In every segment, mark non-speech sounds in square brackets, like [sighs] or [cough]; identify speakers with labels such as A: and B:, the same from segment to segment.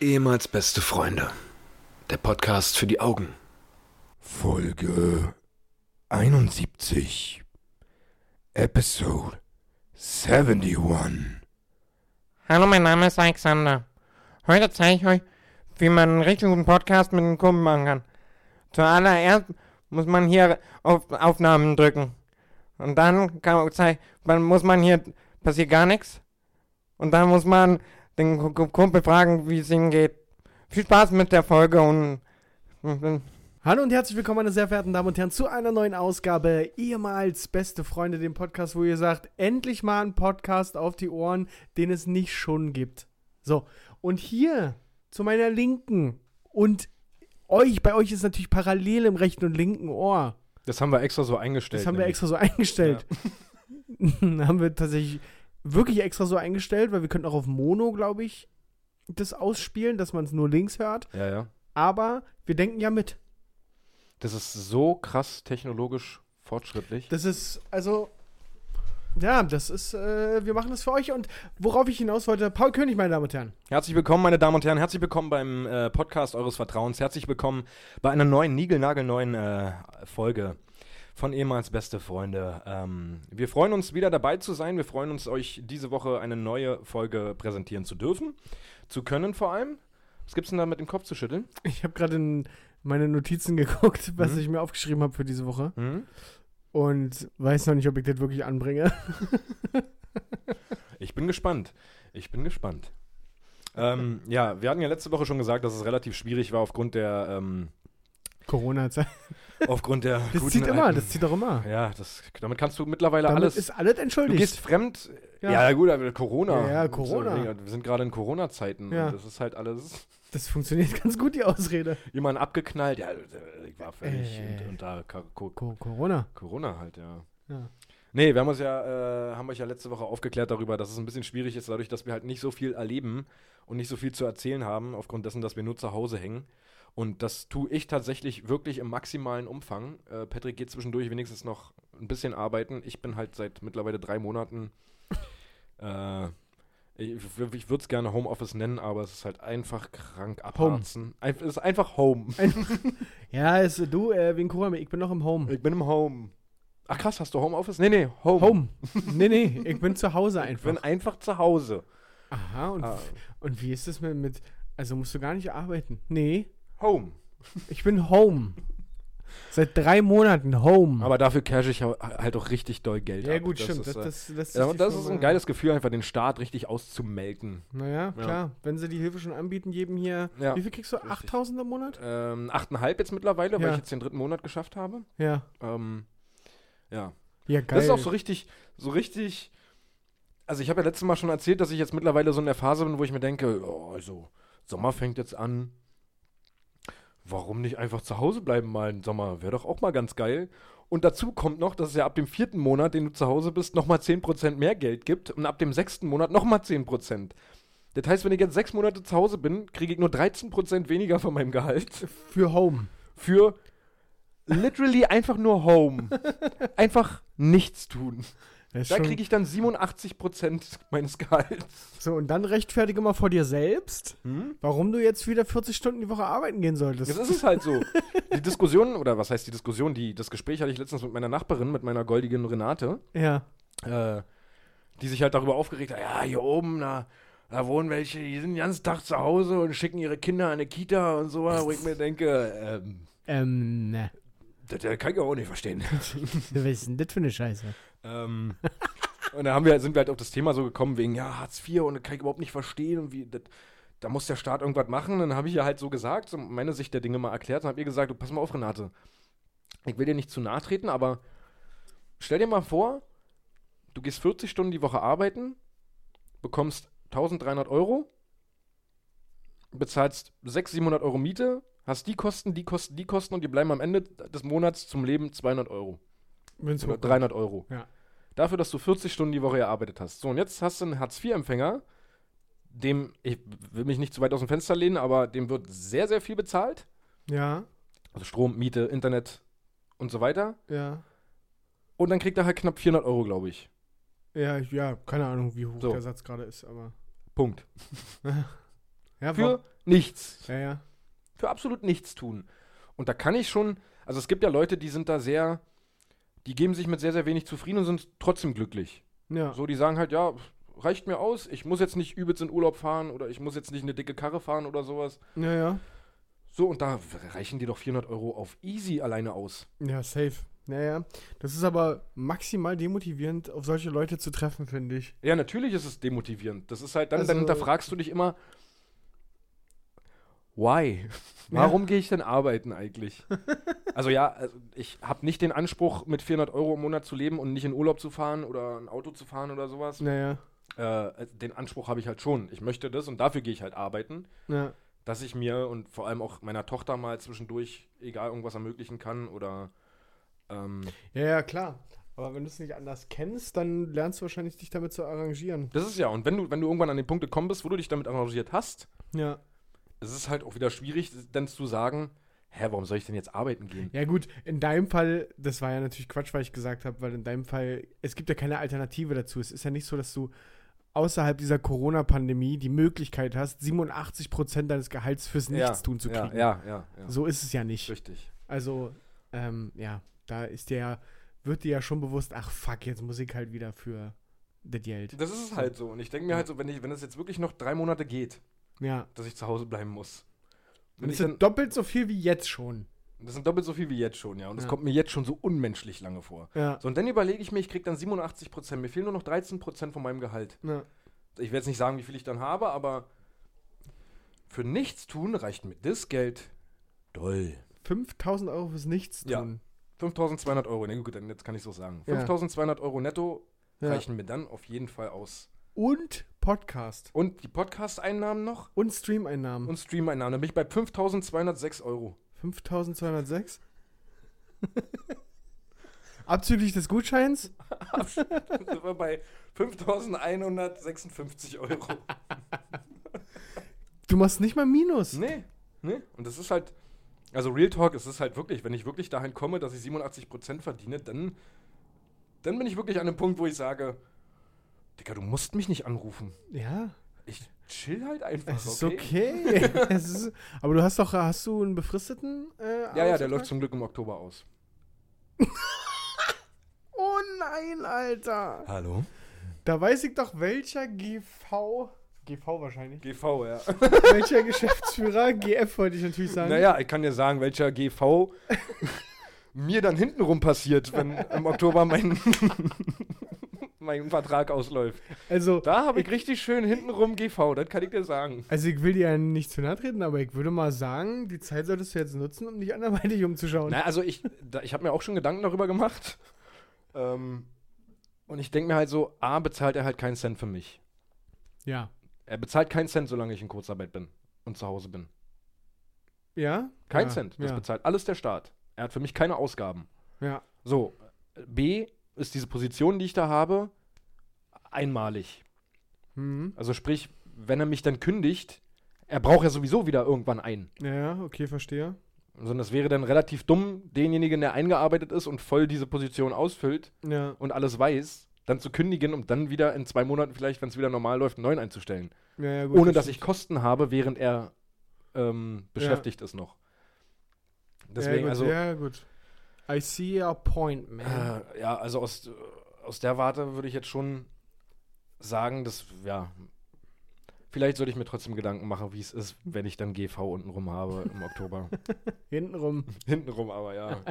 A: Ehemals beste Freunde. Der Podcast für die Augen.
B: Folge 71. Episode 71.
C: Hallo, mein Name ist Alexander. Heute zeige ich euch, wie man einen richtig guten Podcast mit einem Kumpel machen kann. Zuallererst muss man hier auf Aufnahmen drücken. Und dann kann man, zei- man muss man hier, passiert gar nichts. Und dann muss man den Ku- Ku- Kumpel fragen, wie es ihm geht. Viel Spaß mit der Folge und, und
D: Hallo und herzlich willkommen, meine sehr verehrten Damen und Herren, zu einer neuen Ausgabe ehemals Beste Freunde, dem Podcast, wo ihr sagt, endlich mal einen Podcast auf die Ohren, den es nicht schon gibt. So, und hier zu meiner Linken und euch, bei euch ist natürlich parallel im rechten und linken Ohr.
A: Das haben wir extra so eingestellt.
D: Das haben wir extra so eingestellt. [laughs] haben wir tatsächlich wirklich extra so eingestellt, weil wir könnten auch auf Mono, glaube ich, das ausspielen, dass man es nur links hört.
A: Ja, ja.
D: Aber wir denken ja mit.
A: Das ist so krass technologisch fortschrittlich.
D: Das ist, also, ja, das ist, äh, wir machen das für euch. Und worauf ich hinaus wollte, Paul König, meine Damen und Herren.
A: Herzlich willkommen, meine Damen und Herren. Herzlich willkommen beim äh, Podcast eures Vertrauens. Herzlich willkommen bei einer neuen, niegelnagelneuen äh, Folge von ehemals beste Freunde. Ähm, wir freuen uns, wieder dabei zu sein. Wir freuen uns, euch diese Woche eine neue Folge präsentieren zu dürfen. Zu können vor allem. Was gibt's denn da mit dem Kopf zu schütteln?
D: Ich habe gerade in meine Notizen [laughs] geguckt, was ich mir aufgeschrieben habe für diese Woche.
A: Hm?
D: Und weiß noch nicht, ob ich das wirklich anbringe.
A: Ich bin gespannt. Ich bin gespannt. Ähm, ja, wir hatten ja letzte Woche schon gesagt, dass es relativ schwierig war aufgrund der ähm,
D: [laughs] Corona-Zeit.
A: aufgrund der
D: Das
A: guten
D: zieht immer,
A: alten-
D: das zieht auch immer.
A: ja, das, damit kannst du mittlerweile
D: Damit
A: alles.
D: ist alles
A: du
D: entschuldigt.
A: gehst fremd. Ja,
D: Ja.
A: gut, aber Corona.
D: Ja, ja, Corona.
A: Wir sind gerade in Corona-Zeiten.
D: Ja.
A: und Das ist halt alles. [laughs]
D: Das funktioniert [laughs] ganz gut, die Ausrede.
A: Jemand abgeknallt. Ja, ich war völlig
D: Äh.
A: und, und da Co- Co-
D: Co Corona.
A: Corona halt, ja.
D: Ja.
A: Nee, wir haben uns ja, äh, haben euch ja letzte Woche aufgeklärt darüber, dass es ein bisschen schwierig ist, dadurch, dass wir halt nicht so viel erleben und nicht so viel zu erzählen haben, aufgrund dessen, dass wir nur zu Hause hängen. Und das tue ich tatsächlich wirklich im maximalen Umfang. Äh, Patrick geht zwischendurch wenigstens noch ein bisschen arbeiten. Ich bin halt seit mittlerweile drei Monaten. Äh, ich ich würde es gerne Homeoffice nennen, aber es ist halt einfach krank abharzen. Ein, es ist einfach Home.
D: Ja, ist, du, äh, wegen Corona, ich bin noch im Home.
A: Ich bin im Home. Ach krass, hast du Homeoffice? Nee, nee, Home.
D: Home. nee, nee, ich bin zu Hause
A: Ich bin
D: einfach.
A: einfach zu Hause.
D: Aha, und,
A: Ah,
D: und wie ist das mit, mit, also musst du gar nicht arbeiten? Nee.
A: Home.
D: Ich bin home. Seit drei Monaten home.
A: Aber dafür cash ich hau- halt auch richtig doll Geld
D: ja,
A: ab.
D: gut, stimmt.
A: Ist,
D: Das,
A: äh,
D: das, das,
A: ja,
D: die
A: und das
D: Firma,
A: ist ein
D: ja.
A: geiles Gefühl, einfach den Staat richtig auszumelken.
D: Naja,
A: Ja.
D: klar. Wenn sie die Hilfe schon anbieten, jedem hier.
A: Ja.
D: Wie viel kriegst du? 8000 im Monat?
A: Ähm, 8,5 jetzt mittlerweile, weil
D: Ja.
A: ich jetzt den dritten Monat geschafft habe.
D: Ja.
A: Ähm, ja.
D: Ja, geil.
A: Das ist auch so richtig, so richtig. Also ich habe ja letztes Mal schon erzählt, dass ich jetzt mittlerweile so in der Phase bin, wo ich mir denke, oh, also Sommer fängt jetzt an. Warum nicht einfach zu Hause bleiben mal im Sommer? Wäre doch auch mal ganz geil. Und dazu kommt noch, dass es ja ab dem vierten Monat, den du zu Hause bist, nochmal 10% mehr Geld gibt und ab dem sechsten Monat nochmal 10%. Das heißt, wenn ich jetzt sechs Monate zu Hause bin, kriege ich nur 13% weniger von meinem Gehalt
D: für home.
A: für literally einfach nur Home. Einfach nichts tun.
D: Das ist
A: Da
D: schon-
A: kriege ich dann 87% [laughs] meines Gehalts.
D: so, und dann rechtfertige mal vor dir selbst, warum du jetzt wieder 40 Stunden die Woche arbeiten gehen solltest.
A: Hm? Das ist es halt so. Die Diskussion, oder was heißt die Diskussion? Die, das Gespräch hatte ich letztens mit meiner Nachbarin, mit meiner goldigen Renate,
D: ja.
A: äh, die sich halt darüber aufgeregt hat, ja, hier oben, da, da wohnen welche, die sind den ganzen Tag zu Hause und schicken ihre Kinder an eine Kita und so, wo ich mir denke, ähm,
D: Ähm, ne. [laughs]
A: das, das kann ich auch nicht verstehen.
D: Was ist denn das für eine Scheiße?
A: Ähm, und da haben wir, sind wir halt auf das Thema so gekommen, wegen, ja, Hartz IV und das kann ich überhaupt nicht verstehen und wie, das, da muss der Staat irgendwas machen. Dann habe ich ja halt so gesagt, so meine Sicht der Dinge mal erklärt und habe ihr gesagt, du pass mal auf, Renate, ich will dir nicht zu nahe treten, aber stell dir mal vor, du gehst 40 Stunden die Woche arbeiten, bekommst 1300 Euro, bezahlst 600, 700 Euro Miete, hast die Kosten, die Kosten, die Kosten und dir bleiben am Ende des Monats zum Leben 200 Euro
D: Wenn's
A: oder
D: hochkommt.
A: 300 Euro.
D: Ja.
A: Dafür, dass du 40 Stunden die Woche gearbeitet hast. So, und jetzt hast du einen Hartz-IV-Empfänger, dem, ich will mich nicht zu weit aus dem Fenster lehnen, aber dem wird sehr, sehr viel bezahlt.
D: Ja,
A: Also Strom, Miete, Internet und so weiter.
D: ja.
A: Und dann kriegt er halt knapp 400 Euro, glaube ich.
D: Ja, ja, keine Ahnung, wie hoch
A: So.
D: der Satz gerade ist, aber.
A: Punkt.
D: Ja,
A: für nichts.
D: ja, ja.
A: Für absolut nichts tun. Und da kann ich schon, also es gibt ja Leute, die sind da sehr, die geben sich mit sehr, sehr wenig zufrieden und sind trotzdem glücklich.
D: Ja.
A: So, die sagen halt, ja, reicht mir aus, ich muss jetzt nicht übelst in Urlaub fahren oder ich muss jetzt nicht eine dicke Karre fahren oder sowas.
D: ja, ja.
A: So, und da reichen dir doch 400 Euro auf easy alleine aus.
D: Ja, safe. Naja, das ist aber maximal demotivierend, auf solche Leute zu treffen, finde ich.
A: Ja, natürlich ist es demotivierend. Das ist halt, dann, dann
D: Also-
A: hinterfragst du dich immer,
D: [laughs]
A: why?
D: Ja.
A: Warum gehe ich denn arbeiten
D: [laughs]
A: eigentlich? also ja, also ich habe nicht den Anspruch, mit 400 Euro im Monat zu leben und nicht in Urlaub zu fahren oder ein Auto zu fahren oder sowas.
D: Naja,
A: Äh, den Anspruch habe ich halt schon. Ich möchte das und dafür gehe ich halt arbeiten,
D: ja.
A: dass ich mir und vor allem auch meiner Tochter mal zwischendurch egal irgendwas ermöglichen kann oder ähm,
D: ja, ja, klar. Aber wenn du es nicht anders kennst, dann lernst du wahrscheinlich dich damit zu arrangieren.
A: das ist ja. Und wenn du, wenn du irgendwann an den Punkt gekommen bist, wo du dich damit arrangiert hast,
D: Ja.
A: es ist halt auch wieder schwierig, dann zu sagen, hä, warum soll ich denn jetzt arbeiten gehen?
D: Ja, gut, in deinem Fall, das war ja natürlich Quatsch, weil ich gesagt habe, weil in deinem Fall, es gibt ja keine Alternative dazu. Es ist ja nicht so, dass du außerhalb dieser Corona-Pandemie die Möglichkeit hast, 87% deines Gehalts fürs Nichtstun zu
A: ja,
D: kriegen.
A: Ja, ja, ja.
D: So ist es ja nicht.
A: Richtig.
D: Also, ähm, ja, da ist dir ja, wird dir ja schon bewusst, ach fuck, jetzt muss ich halt wieder für das Geld.
A: Das ist es halt so. Und ich denke mir halt so, wenn ich, wenn es jetzt wirklich noch drei Monate geht,
D: Ja.
A: dass ich zu Hause bleiben muss. Wenn
D: Und
A: ich
D: es ist
A: dann,
D: doppelt so viel wie jetzt schon.
A: das sind doppelt so viel wie jetzt schon, ja. Und es
D: Ja.
A: kommt mir jetzt schon so unmenschlich lange vor.
D: Ja.
A: So, und dann überlege ich mir, ich kriege dann 87 Prozent. Mir fehlen nur noch 13 Prozent von meinem Gehalt.
D: Ja.
A: Ich werde jetzt nicht sagen, wie viel ich dann habe, aber für nichts tun reicht mir das Geld doll.
D: 5000 Euro fürs Nichtstun.
A: 5200 Euro, na gut, dann jetzt kann ich so sagen.
D: Ja.
A: 5200 Euro netto
D: Ja.
A: reichen mir dann auf jeden Fall aus.
D: Und Podcast.
A: Und die Podcast-Einnahmen noch
D: Und Streameinnahmen.
A: und Stream-Einnahmen. Dann bin ich bei 5206 Euro. [laughs]
D: 5206. [laughs] Abzüglich des Gutscheins?
A: Dann sind wir bei 5156 Euro.
D: Du machst nicht mal Minus.
A: nee, nee. Und das ist halt, also Real Talk, es ist halt wirklich, wenn ich wirklich dahin komme, dass ich 87% verdiene, dann, dann bin ich wirklich an einem Punkt, wo ich sage, Digga, du musst mich nicht anrufen.
D: Ja.
A: Ich chill halt einfach.
D: Es ist
A: [laughs]
D: okay. es ist, aber du hast doch, hast du einen befristeten? Äh,
A: Ja, ja, der
D: Arbeitsvertrag?
A: läuft zum Glück im Oktober aus.
D: Oh nein, Alter.
A: Hallo?
D: Da weiß ich doch, welcher GV, GV
A: [laughs]
D: wahrscheinlich,
A: GV, ja.
D: welcher Geschäftsführer, GF wollte ich natürlich sagen.
A: [laughs] Naja, ich kann dir sagen, welcher
D: [laughs]
A: GV mir dann hintenrum passiert, wenn im Oktober mein, [laughs] mein Vertrag ausläuft.
D: Also,
A: Da habe ich richtig schön hintenrum GV, das kann ich dir sagen.
D: also ich will dir ja nicht zu nahe treten, aber ich würde mal sagen, die Zeit solltest du jetzt nutzen, um dich anderweitig umzuschauen.
A: Na, also ich, da, ich habe mir auch schon Gedanken darüber gemacht. Ähm, und ich denke mir halt so, A, bezahlt er halt keinen Cent für mich.
D: Ja.
A: Er bezahlt keinen Cent, solange ich in Kurzarbeit bin und zu Hause bin.
D: Ja?
A: Kein
D: ja.
A: Cent. Das
D: ja.
A: bezahlt alles der Staat. Er hat für mich keine Ausgaben.
D: Ja.
A: So, B ist diese Position, die ich da habe, einmalig.
D: Mhm.
A: Also sprich, wenn er mich dann kündigt, er braucht ja sowieso wieder irgendwann einen.
D: Ja, ja, okay, verstehe.
A: Sondern es wäre dann relativ dumm, denjenigen, der eingearbeitet ist und voll diese Position ausfüllt
D: Ja.
A: und alles weiß, dann zu kündigen, um dann wieder in zwei Monaten vielleicht, wenn es wieder normal läuft, einen neuen einzustellen.
D: Ja, ja, gut.
A: Ohne dass ich Kosten habe, während er ähm, beschäftigt ist noch. Deswegen,
D: ja, gut,
A: also
D: Ja, gut. I see your point, man.
A: Äh, ja, also aus, äh, aus der Warte würde ich jetzt schon sagen, dass, ja, vielleicht sollte ich mir trotzdem Gedanken machen, wie es ist, wenn ich dann GV untenrum habe im Oktober.
D: Hintenrum.
A: hintenrum aber,
D: [laughs]
A: ja.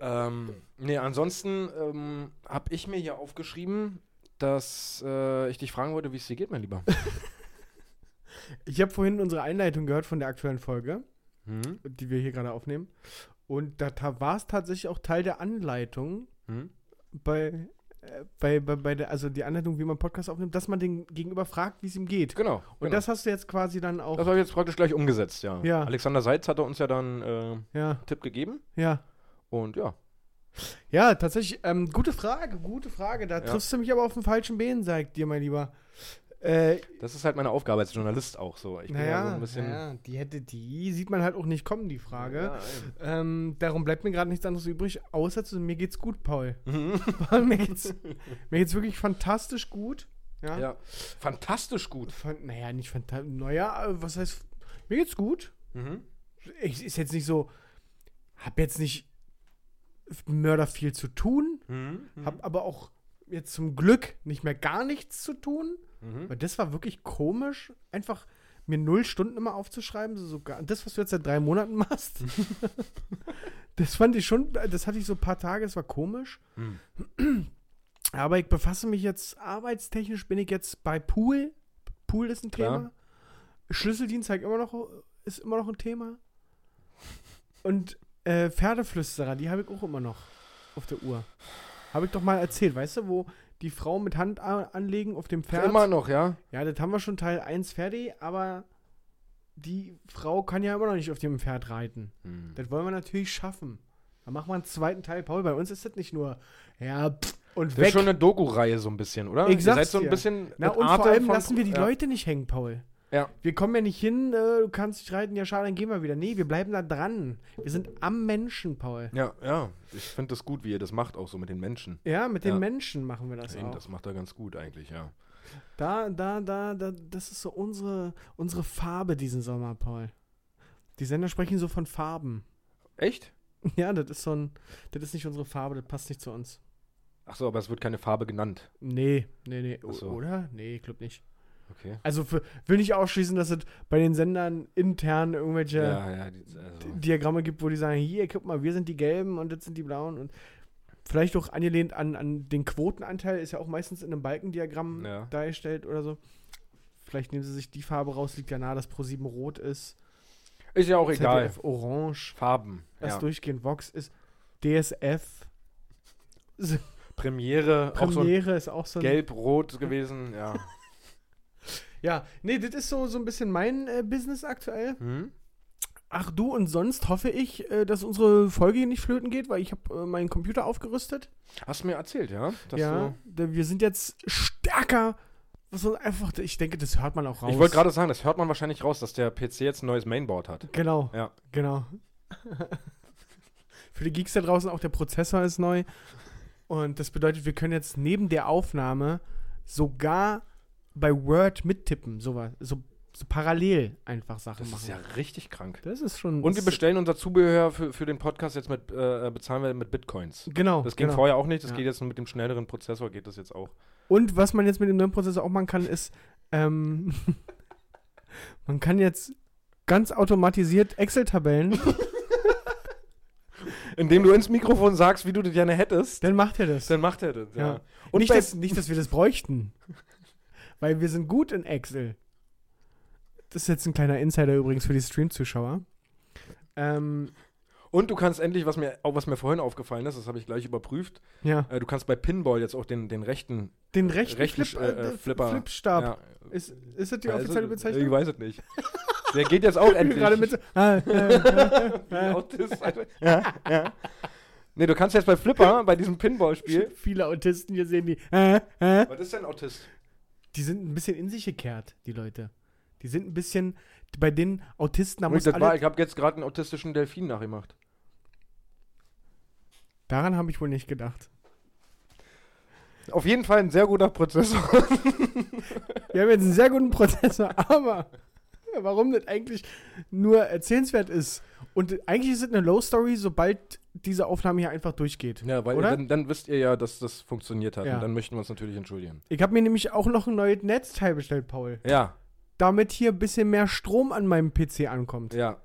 A: ähm, nee, ansonsten ähm, habe ich mir hier aufgeschrieben, dass äh, ich dich fragen wollte, wie es dir geht, mein Lieber.
D: Ich habe vorhin unsere Einleitung gehört von der aktuellen Folge.
A: Hm?
D: die wir hier gerade aufnehmen. Und da ta war es tatsächlich auch Teil der Anleitung
A: Hm?
D: bei, äh, bei, bei, bei der, also die Anleitung, wie man Podcast aufnimmt, dass man den Gegenüber fragt, wie es ihm geht.
A: Genau.
D: Und
A: genau. Also
D: das hast du jetzt quasi dann auch.
A: das habe ich jetzt praktisch gleich umgesetzt, ja.
D: Ja.
A: Alexander Seitz hatte uns ja dann äh, einen
D: ja,
A: Tipp gegeben
D: ja.
A: und ja.
D: Ja, tatsächlich, ähm, gute Frage, gute Frage. Da
A: Ja.
D: triffst du mich aber auf den falschen Bein, sag ich dir, mein Lieber. Äh,
A: Das ist halt meine Aufgabe als Journalist auch so. Ich bin ja, so
D: naja,
A: ein bisschen.
D: naja, die hätte, die sieht man halt auch nicht kommen, die Frage.
A: Ja, eben.
D: Ähm, darum bleibt mir gerade nichts anderes übrig, außer zu mir geht's gut, Paul. mir, geht's, mir geht's wirklich fantastisch gut. Ja.
A: Ja. Fantastisch gut.
D: Fan- naja, nicht fantastisch. Naja, äh, was heißt. Mir geht's gut. Ich, ist jetzt nicht so. Hab jetzt nicht Mörder viel zu tun.
A: Mhm,
D: Hab aber auch jetzt zum Glück nicht mehr gar nichts zu tun.
A: Mhm.
D: Weil das war wirklich komisch. Einfach mir null Stunden immer aufzuschreiben. So sogar, das, was du jetzt seit drei
A: [laughs]
D: Monaten machst. das fand ich schon. Das hatte ich so ein paar Tage. Es war komisch.
A: Mhm.
D: Aber ich befasse mich jetzt arbeitstechnisch. Bin ich jetzt bei Pool. Pool ist ein
A: Klar.
D: Thema. Schlüsseldienst halt immer noch, ist immer noch ein Thema. Und äh, Pferdeflüsterer, die habe ich auch immer noch auf der Uhr. Habe ich doch mal erzählt, weißt du, wo die Frau mit Hand a- anlegen auf dem Pferd.
A: Immer noch, ja?
D: Ja, das haben wir schon Teil 1 fertig, aber die Frau kann ja immer noch nicht auf dem Pferd reiten.
A: Hm.
D: Das wollen wir natürlich schaffen. Dann machen wir einen zweiten Teil. Paul, bei uns ist das nicht nur, ja, pff, und
A: Das ist
D: weg.
A: schon eine Doku-Reihe so ein bisschen, oder?
D: Ich
A: Ihr
D: sag's
A: seid so ein
D: dir.
A: bisschen.
D: Na,
A: mit
D: und vor
A: Arte
D: allem
A: von-
D: lassen wir die
A: ja.
D: Leute nicht hängen, Paul.
A: Ja.
D: Wir kommen ja nicht hin, äh, du kannst nicht reiten, ja schade, dann gehen wir wieder. Nee, wir bleiben da dran. Wir sind am Menschen, Paul.
A: Ja, ja. Ich finde das gut, wie ihr das macht, auch so mit den Menschen.
D: Ja, mit den
A: Ja.
D: Menschen machen wir das
A: Eben,
D: auch.
A: das macht er ganz gut eigentlich, ja.
D: Da, da, da, da, das ist so unsere, unsere Farbe diesen Sommer, Paul. Die Sender sprechen so von Farben. [laughs]
A: Echt?
D: Ja, das ist so ein, das ist nicht unsere Farbe, das passt nicht zu uns.
A: Achso, aber es wird keine Farbe genannt.
D: Nee, nee, nee. O-
A: Ach so.
D: Oder? Nee, ich glaube nicht.
A: Okay.
D: Also für, will nicht ausschließen, dass es bei den Sendern intern irgendwelche
A: ja. die- also-
D: Diagramme gibt, wo die sagen, hier, guck mal, wir sind die Gelben und das sind die Blauen und vielleicht auch angelehnt an, an den Quotenanteil, ist ja auch meistens in einem Balkendiagramm
A: Ja.
D: dargestellt oder so. Vielleicht nehmen sie sich die Farbe raus, liegt ja nahe, dass Pro7 rot ist,
A: Ist ja auch egal.
D: ZDF orange,
A: Farben.
D: dass
A: ja.
D: durchgehend Vox ist, DSF,
A: Premiere, auch so ein
D: Premiere ist auch so ein
A: gelb-rot gewesen, ja.
D: Ja, nee, das ist so, so ein bisschen mein äh, Business aktuell.
A: Hm?
D: Ach du, und sonst hoffe ich, äh, dass unsere Folge hier nicht flöten geht, weil ich habe äh, meinen Computer aufgerüstet.
A: Hast du mir erzählt, ja? Dass
D: ja,
A: du-
D: da- wir sind jetzt stärker. Was soll einfach, ich denke, das hört man auch raus.
A: ich wollte gerade sagen, das hört man wahrscheinlich raus, dass der PC jetzt ein neues Mainboard hat.
D: Genau.
A: Ja.
D: Genau. [laughs] Für die Geeks da draußen auch der Prozessor ist neu. Und das bedeutet, wir können jetzt neben der Aufnahme sogar bei Word mittippen. So, was- so, so parallel einfach Sachen
A: Das
D: machen.
A: ist ja richtig krank.
D: das ist schon.
A: Und wir bestellen unser Zubehör für, für den Podcast jetzt mit, äh, bezahlen wir mit Bitcoins.
D: Genau.
A: Das ging
D: genau.
A: vorher auch nicht, das
D: Ja.
A: geht jetzt nur mit dem schnelleren Prozessor, geht das jetzt auch.
D: Und was man jetzt mit dem neuen Prozessor auch machen kann, ist, ähm, [laughs] man kann jetzt ganz automatisiert Excel-Tabellen,
A: Indem du ins Mikrofon sagst, wie du das gerne hättest,
D: dann macht er das.
A: dann macht er das, ja.
D: Ja.
A: Und
D: nicht,
A: bei-
D: dass, nicht, dass wir das bräuchten. [laughs] Weil wir sind gut in Excel. Das ist jetzt ein kleiner Insider übrigens für die Stream-Zuschauer. Ähm,
A: Und du kannst endlich, was mir, auch was mir vorhin aufgefallen ist, das habe ich gleich überprüft,
D: ja,
A: äh, du kannst bei Pinball jetzt auch den, den rechten
D: den rechten,
A: rechten
D: Flip,
A: Sch- äh,
D: äh,
A: Flipper.
D: Flipstab.
A: Ja.
D: Ist, ist das die
A: Also,
D: offizielle
A: Ich
D: Bezeichnung?
A: weiß es nicht. Der geht jetzt
D: [laughs]
A: auch endlich. [laughs]
D: Gerade mit so, ah, äh, äh,
A: Wie laut ist- ja, ja. Nee, du kannst jetzt bei Flipper, bei diesem Pinball-Spiel.
D: viele Autisten hier sehen die. Äh, äh,
A: Was ist denn Autist?
D: die sind ein bisschen in sich gekehrt, die Leute. Die sind ein bisschen, bei den Autisten, da
A: Ui,
D: muss
A: das war,
D: alle,
A: ich habe jetzt gerade einen autistischen Delfin nachgemacht.
D: daran habe ich wohl nicht gedacht.
A: Auf jeden Fall ein sehr guter Prozessor.
D: Wir haben jetzt einen sehr guten Prozessor, [laughs] aber warum das eigentlich nur erzählenswert ist. Und eigentlich ist es eine Low-Story, sobald diese Aufnahme hier einfach
A: [laughs]
D: durchgeht.
A: Ja, weil
D: Oder?
A: Dann, dann wisst ihr ja, dass das funktioniert hat.
D: Ja.
A: Und dann möchten wir uns natürlich entschuldigen.
D: Ich habe mir nämlich auch noch ein neues Netzteil bestellt, Paul.
A: Ja,
D: Damit hier ein bisschen mehr Strom an meinem PC ankommt.
A: ja.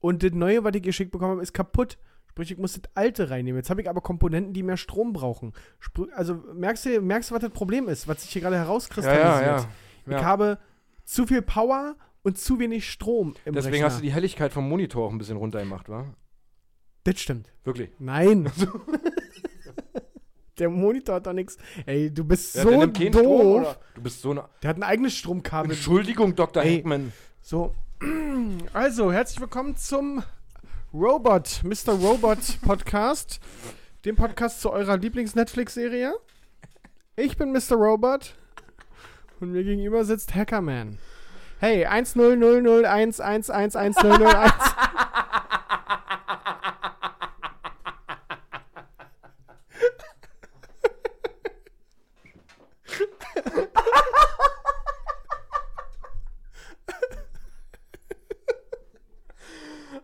D: Und das neue, was ich geschickt bekommen habe, ist kaputt. Sprich, ich muss das alte reinnehmen. Jetzt habe ich aber Komponenten, die mehr Strom brauchen. Spr also merkst du, merkst du, was das Problem ist, was sich hier gerade
A: Ja,
D: herauskristallisiert?
A: ja, ja. ja.
D: Ich habe zu viel Power und zu wenig Strom im
A: Deswegen
D: Rechner.
A: hast du die Helligkeit vom Monitor auch ein bisschen runter gemacht, wa?
D: das stimmt.
A: Wirklich.
D: Nein. [laughs] Der Monitor hat doch nichts. Ey, du bist
A: Ja, der
D: so
A: nimmt
D: doof.
A: keinen Strom, oder? Du bist so eine.
D: Der hat ein eigenes Stromkabel.
A: Entschuldigung, Dr.
D: Ey.
A: Hickman.
D: So. [clears throat] Also, herzlich willkommen zum Robot, Mr. Robot Podcast. dem Podcast zu eurer Lieblings-Netflix-Serie. Ich bin Mr. Robot. Und mir gegenüber sitzt Hackerman. Hey, 10001111001.
A: [laughs]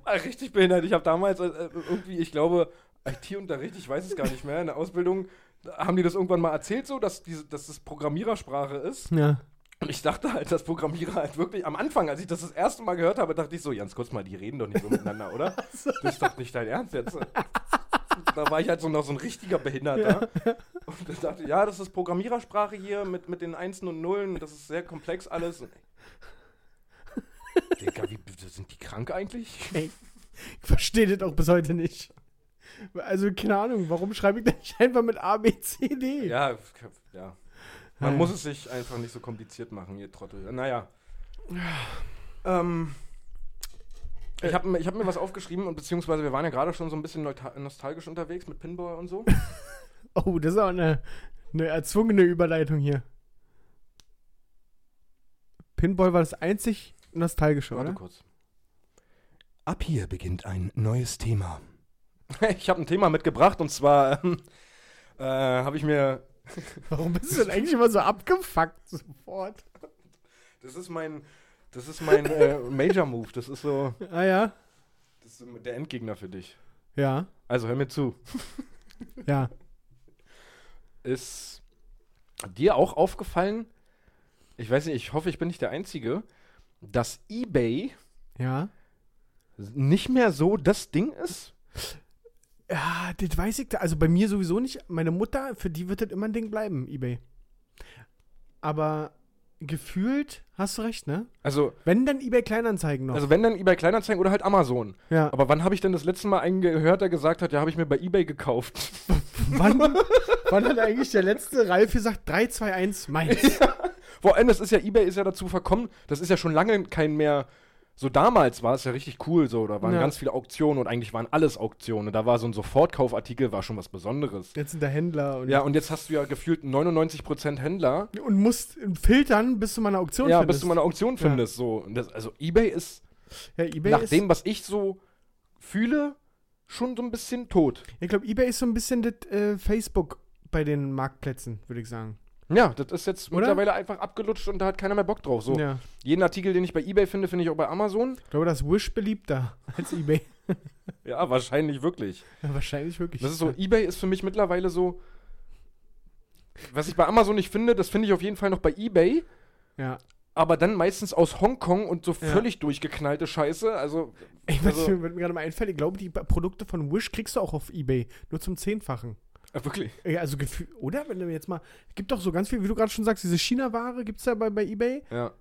A: Ah, Richtig behindert. Ich habe damals äh, äh, irgendwie, ich glaube, IT-Unterricht, ich weiß es gar nicht mehr, in der Ausbildung da haben die das irgendwann mal erzählt, so, dass, diese, dass das Programmierersprache ist.
D: Ja.
A: Und ich dachte halt, dass Programmierer halt wirklich am Anfang, als ich das das erste Mal gehört habe, dachte ich so, Jans, kurz mal, die reden doch nicht so miteinander, oder? Das ist doch nicht dein Ernst jetzt. Da war ich halt so noch so ein richtiger Behinderter. Und dann dachte ich, ja, das ist Programmierersprache hier mit, mit den Einsen und Nullen, das ist sehr komplex alles. Und, Digga, wie, sind die krank eigentlich?
D: Ich verstehe das auch bis heute nicht. Also, keine Ahnung, warum schreibe ich denn nicht einfach mit A, B, C, D?
A: Ja, ja.
B: Äh.
A: Man muss es sich einfach nicht so kompliziert machen, ihr Trottel. Naja. Ähm, ich habe ich hab mir was aufgeschrieben, und beziehungsweise wir waren ja gerade schon so ein bisschen neuta- nostalgisch unterwegs mit Pinball und so.
D: Oh, das ist auch eine, eine erzwungene Überleitung hier. Pinball war das einzig nostalgische,
A: Warte
D: oder?
A: kurz.
B: Ab hier beginnt ein neues Thema.
A: [laughs] Ich habe ein Thema mitgebracht und zwar [laughs] ähm, äh, habe ich mir.
D: Warum bist du denn eigentlich immer so abgefuckt sofort?
A: Das ist mein. Das ist mein äh, Major Move. Das ist so.
D: Ah ja.
A: Das ist so der Endgegner für dich.
D: Ja,
A: Also hör mir zu.
D: ja.
A: Ist dir auch aufgefallen, ich weiß nicht, ich hoffe, ich bin nicht der Einzige, dass eBay
D: Ja.
A: nicht mehr so das Ding ist?
D: Ja, das weiß ich. da- Also bei mir sowieso nicht. Meine Mutter, für die wird das immer ein Ding bleiben, eBay. Aber gefühlt hast du recht, ne?
A: Also,
D: Wenn dann eBay Kleinanzeigen noch.
A: also wenn dann eBay Kleinanzeigen oder halt Amazon.
D: ja.
A: [laughs] Aber wann habe ich denn das letzte Mal einen gehört, der gesagt hat, ja, habe ich mir bei eBay gekauft? [laughs]
D: Wann, wann hat eigentlich der letzte Ralf gesagt, 3, 2, 1, meins?
A: Vor allem, das ist ja, eBay ist ja dazu verkommen, das ist ja schon lange kein mehr. So damals war es ja richtig cool, so, da waren
D: Ja.
A: ganz viele Auktionen und eigentlich waren alles Auktionen. Und da war so ein Sofortkaufartikel, war schon was Besonderes.
D: Jetzt sind da Händler und,
A: Ja, und jetzt hast du ja gefühlt 99% Händler,
D: und musst filtern, bis du mal eine Auktion
A: ja, bis
D: findest.
A: du mal eine Auktion findest. So. Und das, also eBay ist,
D: ja, eBay
A: nach
D: ist,
A: dem, was ich so fühle, schon so ein bisschen tot.
D: ich glaube, eBay ist so ein bisschen das äh, Facebook bei den Marktplätzen, würde ich sagen.
A: Ja, das ist jetzt
D: Oder?
A: mittlerweile einfach abgelutscht und da hat keiner mehr Bock drauf. So.
D: Ja.
A: Jeden Artikel, den ich bei eBay finde, finde ich auch bei Amazon.
D: Ich glaube, das ist Wish beliebter [laughs] als eBay.
A: Ja, wahrscheinlich wirklich.
D: ja, wahrscheinlich wirklich.
A: Das ist so, eBay ist für mich mittlerweile so. Was ich bei Amazon nicht finde, das finde ich auf jeden Fall noch bei eBay,
D: Ja.
A: aber dann meistens aus Hongkong und so
D: Ja.
A: völlig durchgeknallte Scheiße. Also,
D: Ich weiß
A: Also-
D: nicht, wenn mir gerade mal einfällt, ich glaube, die ba- Produkte von Wish kriegst du auch auf Ebay. Nur zum Zehnfachen.
A: äh, wirklich.
D: Äh, Also, Gefühl, oder? Wenn du jetzt mal. Gibt doch so ganz viel, wie du gerade schon sagst, diese China-Ware gibt es ja bei, bei Ebay,
A: Ja.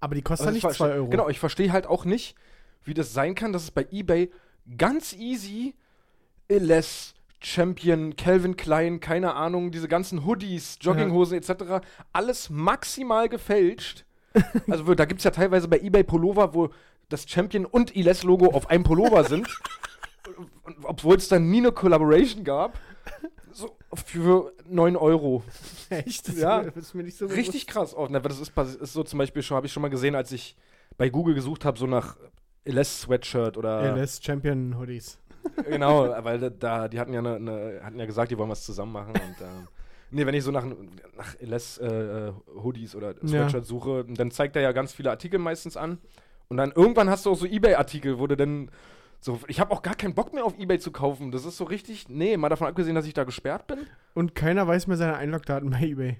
D: aber die kostet ja
A: Also ich
D: nicht 2
A: verste-
D: Euro.
A: Genau, ich verstehe halt auch nicht, wie das sein kann, dass es bei eBay ganz easy LS, Champion, Calvin Klein, keine Ahnung, diese ganzen Hoodies, Jogginghosen etc. alles maximal gefälscht. [laughs] also wir- da gibt es ja teilweise bei eBay Pullover, wo das Champion und LS Logo auf einem Pullover sind. [laughs] Und Obwohl es dann nie eine Collaboration gab. So für 9 Euro.
D: [laughs] Echt? Das
A: Ja.
D: ist mir- das ist mir nicht so bewusst.
A: Richtig krass oft. Na, aber Das ist, pas- ist so zum Beispiel schon, habe ich schon mal gesehen, als ich bei Google gesucht habe, so nach LS-Sweatshirt oder.
D: LS Champion Hoodies.
A: [laughs] Genau, weil da- da, die hatten ja, ne, ne, hatten ja gesagt, die wollen was zusammen machen. Und, ähm, nee, wenn ich so nach, nach LS-Hoodies oder Sweatshirt suche, dann zeigt er ja ganz viele Artikel meistens an. Und dann irgendwann hast du auch so Ebay-Artikel, wo du dann. So, ich habe auch gar keinen Bock mehr auf Ebay zu kaufen. Das ist so richtig. Nee, mal davon abgesehen, dass ich da gesperrt bin.
D: Und keiner weiß mehr seine Einlogdaten bei Ebay.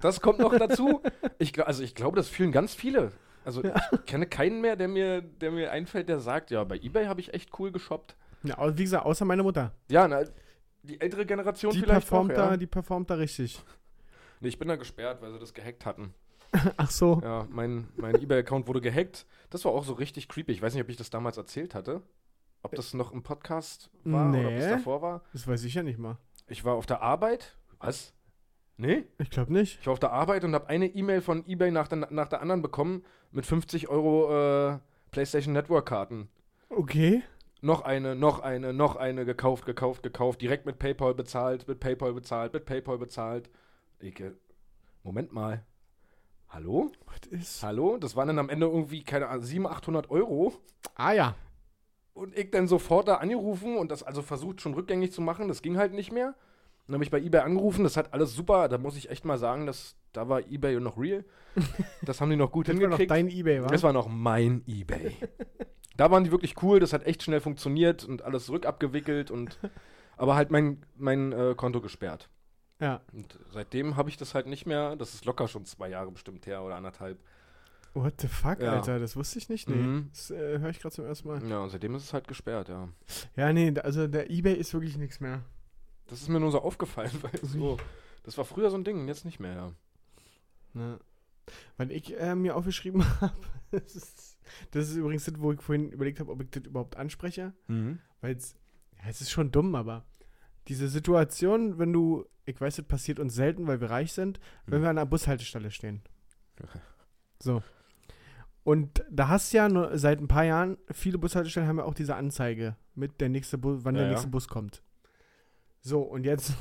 A: Das kommt noch dazu. Ich, gl- also ich glaube, das fühlen ganz viele. Also ich kenne keinen mehr, der mir, der mir einfällt, der sagt, ja, bei Ebay habe ich echt cool geshoppt.
D: Ja, au- wie gesagt, außer meine Mutter.
A: Ja, na, die ältere Generation
D: Die
A: vielleicht auch,
D: performt, da,
A: ja.
D: die performt da richtig.
A: Nee, ich bin da gesperrt, weil sie das gehackt hatten.
D: Ach so.
A: Ja, mein, mein Ebay-Account wurde gehackt. Das war auch so richtig creepy. Ich weiß nicht, ob ich das damals erzählt hatte. Ob das noch im Podcast war oder ob es
D: Nee.
A: davor war.
D: Das weiß ich ja nicht mal.
A: Ich war auf der Arbeit. Was? Nee?
D: Ich glaube nicht.
A: Ich war auf der Arbeit und habe eine E-Mail von eBay nach der, nach der anderen bekommen mit 50 Euro äh, PlayStation Network-Karten.
D: Okay.
A: Noch eine, noch eine, noch eine gekauft, gekauft, gekauft. Direkt mit PayPal bezahlt, mit PayPal bezahlt, mit PayPal bezahlt. Ich, äh, Moment mal. Hallo?
D: Was ist?
A: Hallo? Das waren dann am Ende irgendwie, keine Ahnung, 700, 800 Euro.
D: Ah ja.
A: Und ich dann sofort da angerufen und das also versucht schon rückgängig zu machen. Das ging halt nicht mehr. Dann habe ich bei eBay angerufen. Das hat alles super. Da muss ich echt mal sagen, dass da war eBay noch real. Das haben die noch gut
D: Das war noch
A: hingekriegt.
D: dein Ebay, wa?
A: das war noch mein eBay. Da waren die wirklich cool, das hat echt schnell funktioniert und alles rückabgewickelt und aber halt mein, mein äh, Konto gesperrt.
D: Ja.
A: Und seitdem habe ich das halt nicht mehr, das ist locker schon zwei Jahre bestimmt her oder anderthalb.
D: What the fuck,
A: Ja.
D: Alter? Das wusste ich nicht. Nee.
A: Mhm.
D: Das äh, höre ich gerade zum ersten Mal.
A: Ja, und seitdem ist es halt gesperrt, ja.
D: Ja, nee, da- also der Ebay ist wirklich nichts mehr.
A: Das ist mir nur so aufgefallen, [laughs] weil so, das war früher so ein Ding, jetzt nicht mehr, ja.
D: Ne. Weil ich äh, mir aufgeschrieben [laughs] habe, das ist, das ist übrigens das, wo ich vorhin überlegt habe, ob ich das überhaupt anspreche.
A: Hm?
D: Weil es, ja, es ist schon dumm, aber diese Situation, wenn du, ich weiß, das passiert uns selten, weil wir reich sind, wenn
A: Hm.
D: wir an einer
A: [laughs]
D: Bushaltestelle stehen. So. Und da hast du ja nur seit ein paar Jahren, viele Bushaltestellen haben ja auch diese Anzeige mit der nächste Bus, wann
A: Ja,
D: der
A: ja.
D: nächste Bus kommt. So, und jetzt,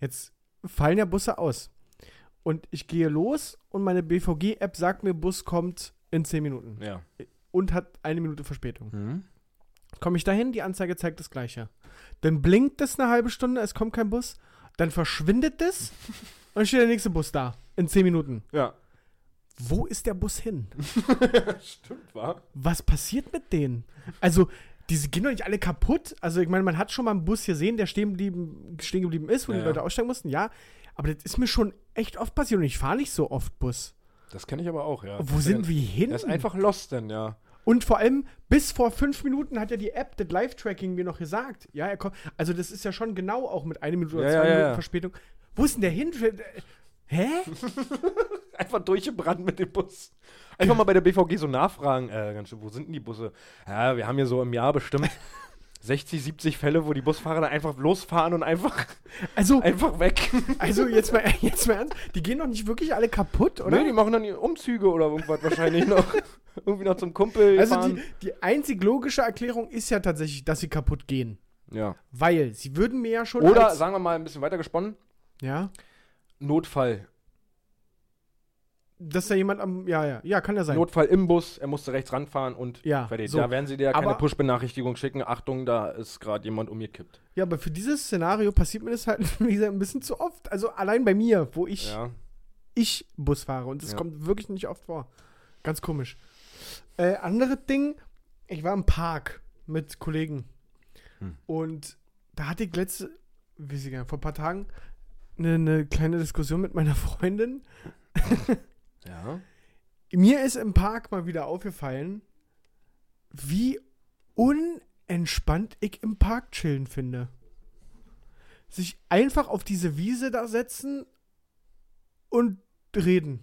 D: jetzt fallen ja Busse aus. Und ich gehe los und meine BVG-App sagt mir, Bus kommt in 10 Minuten
A: Ja.
D: und hat eine Minute Verspätung.
A: Hm?
D: Komme ich dahin, die Anzeige zeigt das Gleiche. Dann blinkt es eine halbe Stunde, es kommt kein Bus. Dann verschwindet
A: [laughs]
D: es und dann steht der nächste Bus da. In zehn Minuten.
A: Ja.
D: Wo ist der Bus hin?
A: Stimmt, war?
D: Was passiert mit denen? Also, diese gehen doch nicht alle kaputt. Also, ich meine, man hat schon mal einen Bus gesehen, der stehen geblieben, stehen geblieben ist, wo
A: Ja,
D: die
A: ja.
D: Leute aussteigen mussten. Ja, aber das ist mir schon echt oft passiert und ich fahre nicht so oft Bus.
A: Das kenne ich aber auch, ja.
D: Wo sind wir hin?
A: Er ist einfach lost denn, ja.
D: Und vor allem, bis vor fünf Minuten hat ja die App das Live-Tracking mir noch gesagt. Ja, er kommt. Also, das ist ja schon genau auch mit einer Minute
A: Ja,
D: oder zwei
A: ja, ja,
D: Minuten
A: ja.
D: Verspätung. Wo ist denn der hin? Hä?
A: [laughs] Einfach durchgebrannt mit dem Bus. [laughs] Einfach mal bei der BVG so nachfragen, äh, ganz schön, wo sind denn die Busse? Ja, wir haben hier so im Jahr [laughs] bestimmt 60, 70 Fälle, wo die Busfahrer dann einfach losfahren und einfach, [laughs]
D: Also,
A: einfach weg.
D: also jetzt, mal, [laughs] jetzt mal ernst. Die gehen doch nicht wirklich alle kaputt, oder?
A: Nee, die machen dann ihre Umzüge oder irgendwas wahrscheinlich [laughs] noch. Irgendwie noch zum Kumpel
D: also,
A: fahren.
D: die, die einzig logische Erklärung ist ja tatsächlich, dass sie kaputt gehen.
A: ja.
D: Weil sie würden mir ja schon.
A: Oder,
D: als,
A: sagen wir mal, ein bisschen weiter gesponnen,
D: ja,
A: Notfall.
D: dass da jemand am. Ja, ja, ja, kann ja sein.
A: Notfall im Bus, er musste rechts ranfahren und
D: Ja,
A: fertig.
D: so.
A: Da werden sie dir ja keine
D: Aber-
A: Push-Benachrichtigung schicken. Achtung, da ist gerade jemand um umgekippt.
D: ja, aber für dieses Szenario passiert mir das halt, [laughs] wie gesagt, ein bisschen zu oft. Also, allein bei mir, wo ich.
A: Ja.
D: ich Bus fahre. Und das
A: Ja.
D: kommt wirklich nicht oft vor. Ganz komisch. Äh, anderes Ding, ich war im Park mit Kollegen.
A: Hm.
D: Und da hatte ich letzte, weiß ich gar nicht, vor ein paar Tagen eine, eine kleine Diskussion mit meiner [laughs] Freundin.
A: Ja.
D: Mir ist im Park mal wieder aufgefallen, wie unentspannt ich im Park chillen finde. Sich einfach auf diese Wiese da setzen und reden.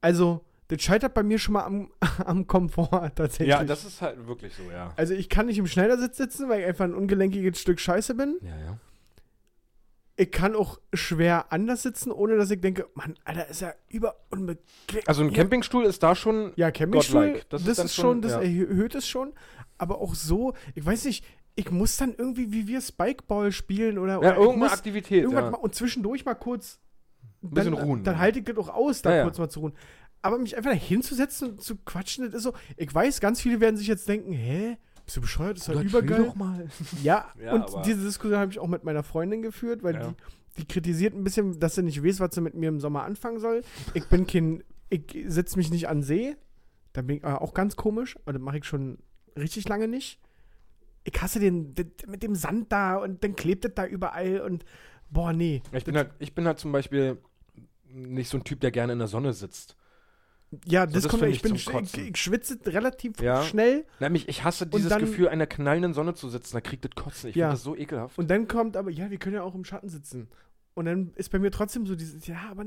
D: Also, das scheitert bei mir schon mal am, [laughs] am Komfort [laughs] tatsächlich.
A: Ja, das ist halt wirklich so, ja.
D: also, ich kann nicht im Schneidersitz sitzen, weil ich einfach ein ungelenkiges Stück Scheiße bin.
A: Ja, ja.
D: Ich kann auch schwer anders sitzen, ohne dass ich denke, Mann, Alter, ist ja über unbequem.
A: Also ein
D: Ja.
A: Campingstuhl ist da schon.
D: Ja, Campingstuhl,
A: Godlike. Das
D: das, ist,
A: ist dann
D: schon,
A: schon-
D: das
A: ja.
D: erhöht es schon. Aber auch so, ich weiß nicht, ich muss dann irgendwie, wie wir Spikeball spielen oder, oder
A: Ja,
D: ich
A: irgendeine
D: muss
A: Aktivität.
D: irgendwas
A: Ja.
D: mal, und zwischendurch mal kurz ein
A: bisschen
D: dann, äh,
A: ruhen,
D: Dann
A: ja.
D: halte ich das auch aus, da
A: Ja, ja.
D: kurz mal zu ruhen. Aber mich einfach da hinzusetzen und zu quatschen, das ist so, ich weiß, ganz viele werden sich jetzt denken, hä, bist du bescheuert, das ist doch übergeil.
A: mal.
D: Ja,
A: Ja, aber-
D: und diese Diskussion habe ich auch mit meiner Freundin geführt, weil
A: Ja.
D: die, die kritisiert ein bisschen, dass sie nicht weiß, was sie mit mir im Sommer anfangen soll. Ich bin kein, ich setze mich nicht an See. Da bin ich äh, auch ganz komisch, aber das mache ich schon richtig lange nicht. Ich hasse den, den mit dem Sand da und dann klebt es da überall und boah, nee.
A: Ich bin, halt, ich bin halt zum Beispiel nicht so ein Typ, der gerne in der Sonne sitzt.
D: Ja, das,
A: das
D: kommt
A: finde
D: ich
A: ich
D: bin
A: zum
D: sch- ich,
A: Kotzen.
D: ich schwitze relativ
A: Ja.
D: schnell
A: Nämlich, ich hasse dieses
D: dann-
A: Gefühl, einer knallenden Sonne zu sitzen. Da kriegt das Kotzen. Ich
D: Ja.
A: finde das so ekelhaft.
D: und dann kommt aber ja, wir können ja auch im Schatten sitzen. Und dann ist bei mir trotzdem so dieses ja, aber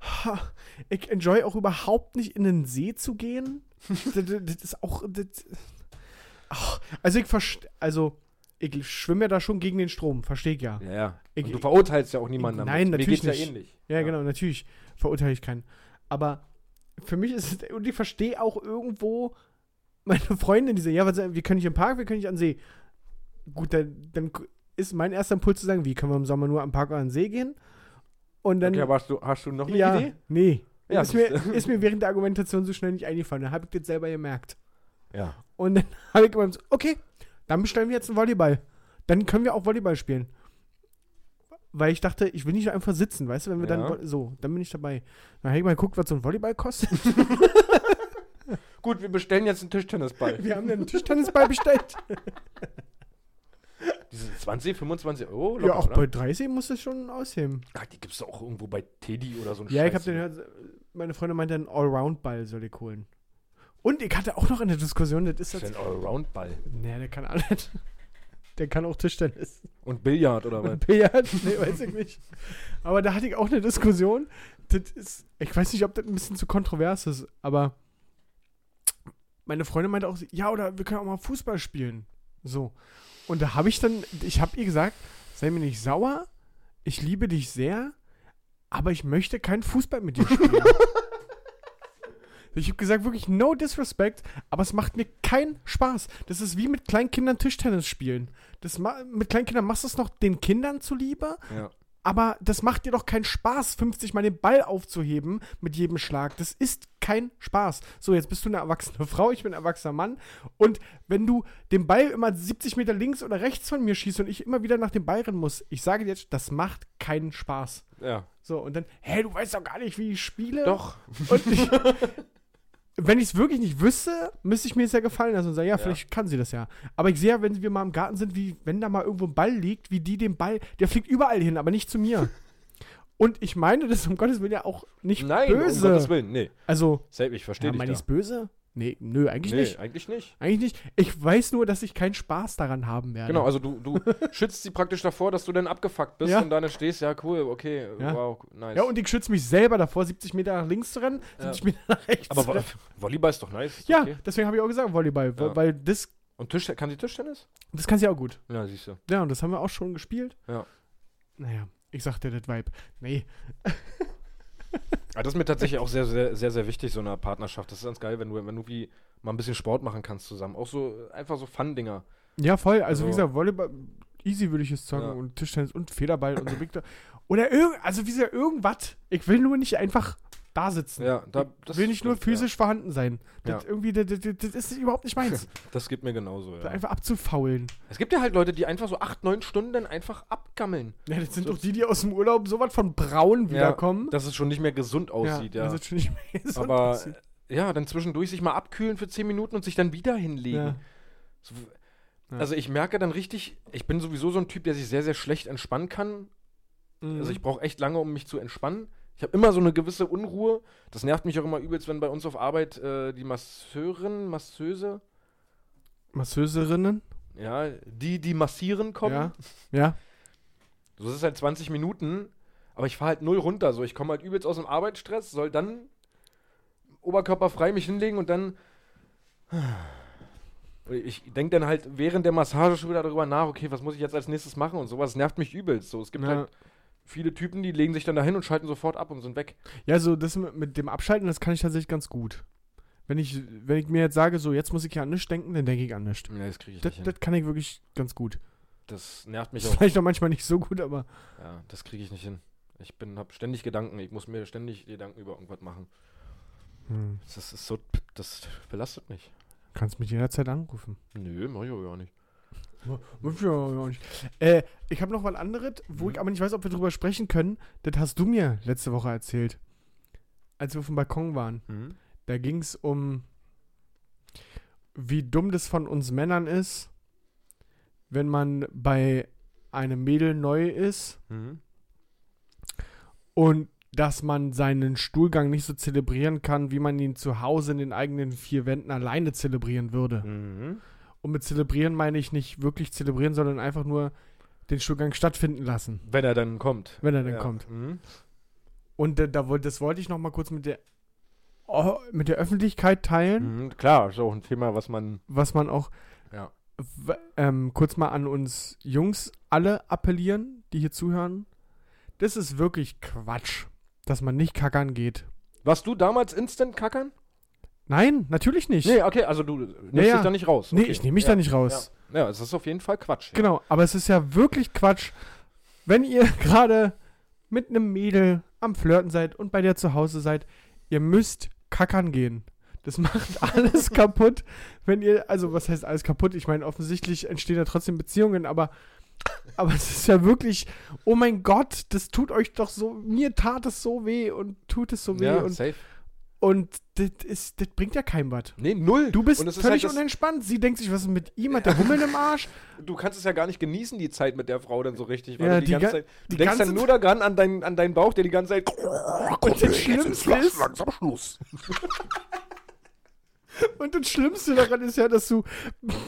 D: ha, ich enjoy auch überhaupt nicht in den See zu gehen. das, das- das ist auch das, ach, also ich verste- also ich schwimme ja da schon gegen den Strom, verstehe ich ja.
A: ja, ja.
D: Ich-
A: Und du verurteilst ja auch niemanden damit.
D: Nein, natürlich
A: Mir geht's
D: nicht.
A: ja ähnlich.
D: Ja, genau, natürlich verurteile ich keinen. Aber für mich ist es, und ich verstehe auch irgendwo meine Freundin, die sagen, ja, was, wir können nicht im Park, wir können nicht an den See. Gut, dann, dann ist mein erster Impuls zu sagen, wie können wir im Sommer nur am Park oder an den See gehen? Und dann,
A: Okay, aber hast du, hast du noch eine
D: ja,
A: Idee?
D: nee.
A: Ja,
D: ist, mir,
A: siehst du.
D: ist mir während der Argumentation so schnell nicht eingefallen. Da habe ich das selber gemerkt.
A: Ja.
D: Und dann [laughs] habe ich gemeint, okay, dann bestellen wir jetzt einen Volleyball. Dann können wir auch Volleyball spielen. Weil ich dachte, ich will nicht einfach sitzen, weißt du, wenn wir
A: Ja.
D: dann so, dann bin ich dabei. Dann habe ich mal geguckt, was so ein Volleyball kostet.
A: Gut, wir bestellen jetzt einen Tischtennisball.
D: [laughs] Wir haben den Tischtennisball bestellt.
A: Diese 20, 25 Euro?
D: ja,
A: [laughs]
D: auch
A: oder?
D: bei 30 muss das schon ausheben.
A: Ach, die gibt's doch auch irgendwo bei Teddy oder so ein
D: Ja, ich habe
A: Scheiß. ne?
D: den gehört, meine Freundin meinte, einen Allround-Ball soll ich holen. Und ich hatte auch noch in der Diskussion, das ist
A: Das
D: das.
A: ist ein Allround-Ball.
D: Nee, der kann alles. [laughs] Der kann auch Tischtennis.
A: Und Billard oder was?
D: [laughs] Und Billard, nee, weiß ich nicht. Aber da hatte ich auch eine Diskussion. Das ist, ich weiß nicht, ob das ein bisschen zu kontrovers ist, aber meine Freundin meinte auch, sie- ja, oder wir können auch mal Fußball spielen. So. Und da habe ich dann, ich habe ihr gesagt, sei mir nicht sauer, ich liebe dich sehr, aber ich möchte keinen Fußball mit dir spielen. Ich habe gesagt, wirklich no disrespect, aber es macht mir keinen Spaß. Das ist wie mit Kleinkindern Tischtennis spielen. Das ma mit Kleinkindern machst du es noch den Kindern zuliebe,
A: Ja.
D: aber das macht dir doch keinen Spaß, 50 Mal den Ball aufzuheben mit jedem Schlag. Das ist kein Spaß. So, jetzt bist du eine erwachsene [laughs] Frau, ich bin ein erwachsener Mann. Und wenn du den Ball immer 70 Meter links oder rechts von mir schießt und ich immer wieder nach dem Ball rennen muss, ich sage dir jetzt, das macht keinen Spaß.
A: ja.
D: So, und dann, hä, du weißt doch gar nicht, wie ich spiele.
A: Doch.
D: Und ich, [laughs] wenn ich es wirklich nicht wüsste, müsste ich mir es ja gefallen lassen und sagen, ja, vielleicht kann sie das ja. Aber ich sehe ja, wenn wir mal im Garten sind, wie wenn da mal irgendwo ein Ball liegt, wie die den Ball, der fliegt überall hin, aber nicht zu mir. und ich meine das um Gottes Willen ja auch nicht
A: Nein,
D: böse.
A: um Gottes Willen. Nee,
D: Also,
A: safe, ich verstehe
D: ja,
A: dich
D: meine ich
A: da.
D: böse? Nee, nö, eigentlich
A: Nee,
D: nicht.
A: eigentlich nicht.
D: Eigentlich nicht. Ich weiß nur, dass ich keinen Spaß daran haben werde.
A: Genau, also du,
D: [laughs]
A: du schützt sie praktisch davor, dass du dann abgefuckt bist
D: Ja.
A: und dann stehst, ja cool, okay,
D: Ja.
A: wow, nice.
D: Ja, und ich schütze mich selber davor, 70 Meter nach links zu rennen,
A: Ja.
D: 70 Meter nach rechts
A: Aber
D: zu
A: Vo
D: rennen.
A: Volleyball ist doch nice. ist
D: Ja,
A: okay.
D: deswegen habe ich auch gesagt Volleyball, weil-
A: Ja.
D: weil das,
A: Und Tisch, kann sie Tischtennis?
D: das kann sie auch gut.
A: Ja, siehst du.
D: Ja, und das haben wir auch schon gespielt.
A: Ja.
D: Naja, ich sagte das Vibe. Nee.
A: Aber Ah, das ist mir tatsächlich auch sehr, sehr, sehr, sehr wichtig, so eine Partnerschaft. Das ist ganz geil, wenn du, wenn du wie mal ein bisschen Sport machen kannst zusammen. Auch so, einfach so Fun-Dinger.
D: Ja, voll. Also,
A: Also-
D: wie gesagt, Volleyball, easy würde ich es sagen.
A: Ja.
D: Und Tischtennis und Federball und so. Big Da- Oder irgend, also wie gesagt, irgendwas. Ich will nur nicht einfach da sitzen.
A: Ja, da,
D: ich will nicht nur
A: stimmt,
D: physisch vorhanden sein. Das,
A: Ja.
D: irgendwie, das, das, das ist überhaupt nicht
A: [laughs]
D: meins.
A: Ja. Das gibt mir genauso, ja.
D: Einfach abzufaulen.
A: Es gibt ja halt Leute, die einfach so acht, neun Stunden dann einfach abgammeln.
D: Ja, das sind
A: So-
D: doch die, die aus dem Urlaub so was von braun wiederkommen.
A: Dass es schon nicht mehr gesund aussieht, ja.
D: Das ist schon nicht mehr gesund
A: Aber
D: aussieht.
A: äh, ja, dann zwischendurch sich mal abkühlen für zehn Minuten und sich dann wieder hinlegen.
D: Ja.
A: So,
D: Ja.
A: Also ich merke dann richtig, ich bin sowieso so ein Typ, der sich sehr, sehr schlecht entspannen kann.
D: Mhm.
A: Also ich brauche echt lange, um mich zu entspannen. Ich habe immer so eine gewisse Unruhe. Das nervt mich auch immer übelst, wenn bei uns auf Arbeit äh, die Masseurin, Masseuse,
D: Masseuserinnen.
A: ja, die, die massieren kommen.
D: Ja. Ja.
A: So, das ist halt 20 Minuten, aber ich fahre halt null runter. So, ich komme halt übelst aus dem Arbeitsstress, soll dann oberkörperfrei mich hinlegen und dann. [sighs] Ich denke dann halt während der Massage schon wieder darüber nach, okay, was muss ich jetzt als nächstes machen und sowas nervt mich übelst. So, es gibt
D: Ja.
A: halt viele Typen, die legen sich dann dahin und schalten sofort ab und sind weg.
D: Ja, so das mit, mit dem Abschalten, das kann ich tatsächlich ganz gut. Wenn ich, wenn ich mir jetzt sage, so jetzt muss ich ja an nichts denken, dann denke ich an nichts.
A: Nee, das kriege ich
D: Das,
A: nicht hin.
D: das kann ich wirklich ganz gut.
A: Das nervt mich
D: Ist
A: auch.
D: vielleicht auch manchmal nicht so gut, aber
A: Ja, das kriege ich nicht hin. Ich bin, habe ständig Gedanken. Ich muss mir ständig Gedanken über irgendwas machen.
D: hm,
A: Das ist so, das belastet mich.
D: kannst mich jederzeit anrufen.
A: Nö, mach ich auch gar nicht.
D: Muss ja auch nicht. Mhm. Äh, ich habe noch was anderes, wo ich aber nicht weiß, ob wir drüber sprechen können. Das hast du mir letzte Woche erzählt, als wir auf dem Balkon waren.
A: Mhm.
D: Da ging es um, wie dumm das von uns Männern ist, wenn man bei einem Mädel neu ist
A: Mhm.
D: und dass man seinen Stuhlgang nicht so zelebrieren kann, wie man ihn zu Hause in den eigenen vier Wänden alleine zelebrieren würde.
A: Mhm.
D: Und mit zelebrieren meine ich nicht wirklich zelebrieren, sondern einfach nur den Stuhlgang stattfinden lassen,
A: Wenn er dann kommt.
D: wenn er dann
A: Ja.
D: kommt.
A: Mhm.
D: Und äh, da, da wollte, das wollte ich noch mal kurz mit der oh, mit der Öffentlichkeit teilen,
A: Mhm, klar, ist auch ein Thema, was man.
D: was man auch
A: Ja.
D: w- ähm, kurz mal an uns Jungs alle appellieren, die hier zuhören. Das ist wirklich Quatsch, dass man nicht kackern geht.
A: Warst du damals instant kackern?
D: Nein, natürlich nicht.
A: Nee, okay, also du nimmst
D: Ja, ja.
A: dich da nicht raus.
D: Nee,
A: okay.
D: ich nehme mich
A: ja.
D: da nicht raus.
A: Ja. ja, es ist auf jeden Fall Quatsch. Ja.
D: Genau, aber es ist ja wirklich Quatsch, wenn ihr [laughs] gerade mit einem Mädel am Flirten seid und bei der zu Hause seid, ihr müsst kackern gehen. Das [laughs] macht
A: [laughs]
D: alles kaputt, wenn ihr, also was heißt alles kaputt? Ich meine, offensichtlich entstehen ja trotzdem Beziehungen, aber, aber es ist ja wirklich, oh mein Gott, das tut euch doch so, mir tat es so weh und tut es so weh
A: Ja,
D: und
A: safe.
D: Und das ist- das bringt ja keinem was.
A: Nee, null.
D: Du bist
A: Und es ist
D: völlig
A: halt das,
D: unentspannt. Sie denkt sich, was ist mit ihm?
A: [laughs]
D: Hat der Hummel im Arsch?
A: Du kannst es ja gar nicht genießen, die Zeit mit der Frau dann so richtig. Weil du
D: Ja,
A: die,
D: die
A: ganze
D: ga-
A: Zeit, du
D: die
A: denkst
D: ganze
A: dann nur daran an, dein, an deinen Bauch, der die ganze Zeit.
D: Und das Schlimmste ist.
B: langsam Schluss.
D: [laughs] Und das Schlimmste daran ist ja, dass du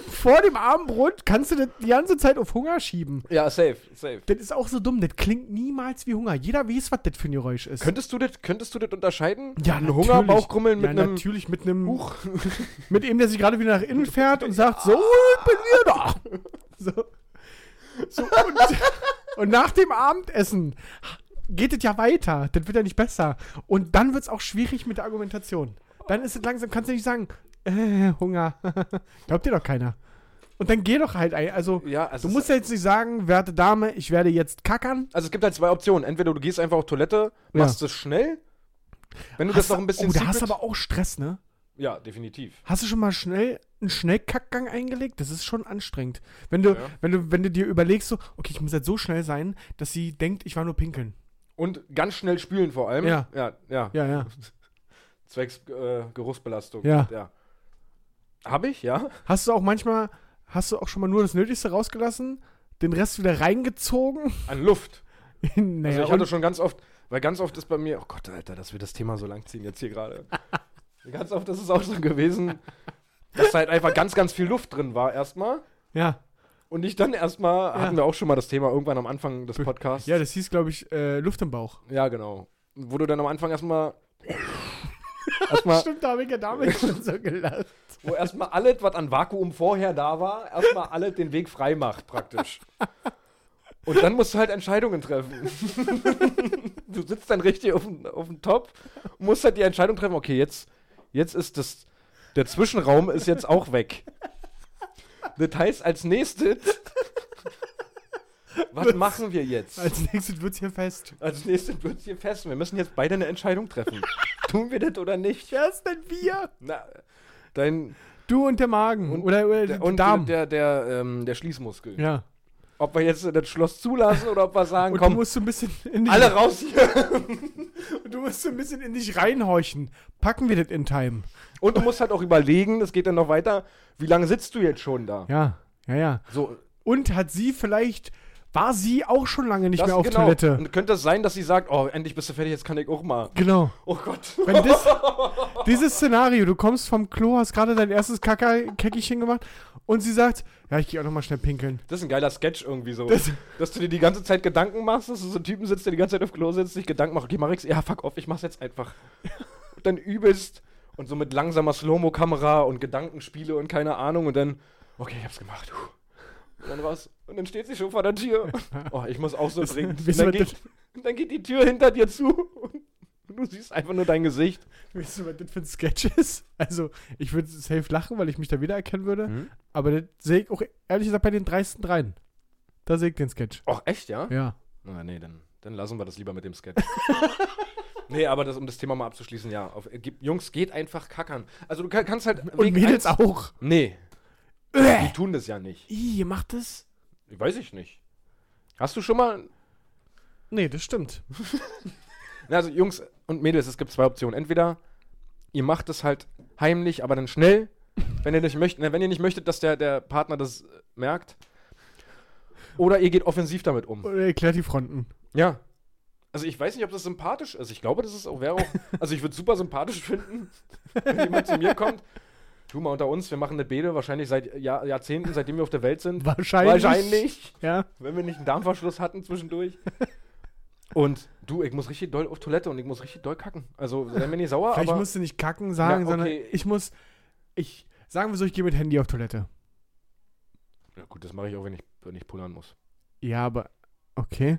D: vor dem Abendbrot kannst du das die ganze Zeit auf Hunger schieben.
A: Ja, safe, safe.
D: Das ist auch so dumm. Das klingt niemals wie Hunger. Jeder weiß, was das für ein Geräusch ist.
A: Könntest du das, könntest du das unterscheiden?
D: ja,
A: Ein
D: natürlich.
A: Hungerbauchgrummeln mit
D: ja,
A: einem.
D: natürlich mit einem
A: Huch.
D: [laughs]
A: Ah.
D: mit eben der sich gerade wieder nach innen fährt und sagt so ich bin hier da. So. so und, [laughs] und nach dem Abendessen geht es ja weiter. Das wird ja nicht besser. Und dann wird es auch schwierig mit der Argumentation. Dann ist es langsam, kannst du nicht sagen, äh, Hunger. [laughs] Glaubt dir doch keiner. Und dann geh doch halt ein. Also,
A: Ja, also
D: du
A: es-
D: musst ja jetzt nicht sagen, werte Dame, ich werde jetzt kackern.
A: Also es gibt halt zwei Optionen. Entweder du gehst einfach auf Toilette, machst es schnell. Wenn du das
D: Hast
A: noch
D: du-
A: ein bisschen
D: oh, da hast du
A: secret-
D: aber auch Stress, ne?
A: Ja, definitiv.
D: Hast du schon mal schnell einen Schnellkackgang eingelegt? Das ist schon anstrengend. Wenn du,
A: Ja.
D: wenn du, wenn du dir überlegst, so, okay, ich muss jetzt so schnell sein, dass sie denkt, ich war nur pinkeln.
A: Und ganz schnell spülen vor allem.
D: Ja.
A: Ja, ja.
D: Ja, ja.
A: Zwecks äh, Geruchsbelastung.
D: Ja.
A: ja. Habe ich, ja.
D: Hast du auch manchmal, hast du auch schon mal nur das Nötigste rausgelassen, den Rest wieder reingezogen? [laughs]
A: An Luft. Also
D: naja,
A: ich hatte schon ganz oft, weil ganz oft ist bei mir, oh Gott, Alter, dass wir das Thema so lang ziehen jetzt hier
D: [laughs]
A: gerade. ganz oft ist es auch so gewesen, dass halt einfach ganz, ganz viel Luft drin war erstmal.
D: ja.
A: Und ich dann erstmal, hatten wir auch schon mal das Thema irgendwann am Anfang des Podcasts.
D: ja, das hieß, glaube ich, äh, Luft im Bauch.
A: Ja, genau. Wo du dann am Anfang erstmal. erstmal
D: Stimmt, da habe ich
A: [laughs]
D: ja damals schon so gelacht.
A: wo erstmal alles, was an Vakuum vorher da war, erstmal alles den Weg frei macht, praktisch. Und dann musst du halt Entscheidungen treffen. [laughs] du sitzt dann richtig auf dem, auf dem Top und musst halt die Entscheidung treffen, okay, jetzt, jetzt ist das. Der Zwischenraum ist jetzt auch weg. Das heißt, als nächstes. Was machen wir jetzt?
D: Als nächstes wird es hier fest.
A: Als nächstes wird hier fest. Wir müssen jetzt beide eine Entscheidung treffen. Tun wir das oder nicht?
D: Wer ist denn wir?
A: Na, dein
D: Du und der Magen.
A: Und
D: oder oder
A: der,
D: der,
A: und
D: Darm.
A: der, der, ähm, der Schließmuskel.
D: ja.
A: Ob wir jetzt das Schloss zulassen oder ob wir sagen,
D: Und du
A: komm,
D: musst so ein bisschen in die
A: alle raus hier. [laughs]
D: Du musst so ein bisschen in dich reinhorchen. Packen wir das in Time.
A: Und du musst halt auch überlegen, das geht dann noch weiter, wie lange sitzt du jetzt schon da?
D: Ja, ja, ja.
A: So,
D: Und hat sie vielleicht, war sie auch schon lange nicht
A: das-
D: mehr auf
A: genau.
D: Toilette?
A: Und könnte es sein, dass sie sagt, oh, endlich bist du fertig, jetzt kann ich auch mal.
D: Genau.
A: Oh Gott. [laughs]
D: Wenn das, dieses Szenario, du kommst vom Klo, hast gerade dein erstes Kackerkäckchen gemacht und sie sagt, ja, ich gehe auch nochmal schnell pinkeln. [laughs]
A: Das ist ein geiler Sketch irgendwie so.
D: Das-
A: dass du dir die ganze Zeit Gedanken machst, dass du so einen Typen sitzt, der die ganze Zeit auf Klo sitzt, sich Gedanken macht, okay, mach ich's, ja, fuck off, ich mach's jetzt einfach. Und dann übelst und so mit langsamer Slow-Mo-Kamera und Gedankenspiele und keine Ahnung und dann, okay, ich hab's gemacht. puh. Und dann raus. Und dann steht sie schon vor der Tür. Oh, ich muss auch so dringend. Und
D: wisst ihr,
A: Dann,
D: was
A: geht- und dann geht die Tür hinter dir zu und du siehst einfach nur dein Gesicht.
D: Weißt du, was das für ein Sketch ist? Also, ich würde safe lachen, weil ich mich da wiedererkennen würde.
A: Mhm.
D: Aber das sehe ich auch ehrlich gesagt bei den dreisten dreien. Da sehe ich den Sketch.
A: Ach, echt, ja?
D: Ja.
A: Na, nee, dann, dann lassen wir das lieber mit dem Sketch. nee, aber das, um das Thema mal abzuschließen, ja. Auf, ge- Jungs, geht einfach kackern. Also du kann, kannst halt.
D: Und Mädels auch.
A: Nee,
D: Äh.
A: die tun das ja nicht.
D: Ih, ihr macht das?
A: Weiß ich nicht. Hast du schon mal.
D: Nee, das stimmt.
A: Na, also Jungs und Mädels, es gibt zwei Optionen. Entweder ihr macht es halt heimlich, aber dann schnell, wenn ihr nicht möchtet, na, wenn ihr nicht möchtet, dass der, der Partner das äh, merkt. Oder ihr geht offensiv damit um.
D: Oder erklärt die Fronten.
A: Ja. Also ich weiß nicht, ob das sympathisch ist. Ich glaube, das ist auch, wäre auch. Also ich würde super sympathisch finden, wenn jemand zu mir kommt. Tu mal unter uns, wir machen eine Bede wahrscheinlich seit Jahr, Jahrzehnten, seitdem wir auf der Welt sind.
D: Wahrscheinlich.
A: Wahrscheinlich.
D: Ja.
A: Wenn wir nicht einen Darmverschluss hatten zwischendurch. Und du, ich muss richtig doll auf Toilette und ich muss richtig doll kacken. Also sei mir nicht sauer,
D: Vielleicht
A: aber.
D: musst du nicht kacken sagen,
A: Ja, okay.
D: sondern ich muss. Ich sagen wir so, ich gehe mit Handy auf Toilette.
A: ja gut, das mache ich auch, wenn ich, wenn ich pullern muss.
D: Ja, aber okay.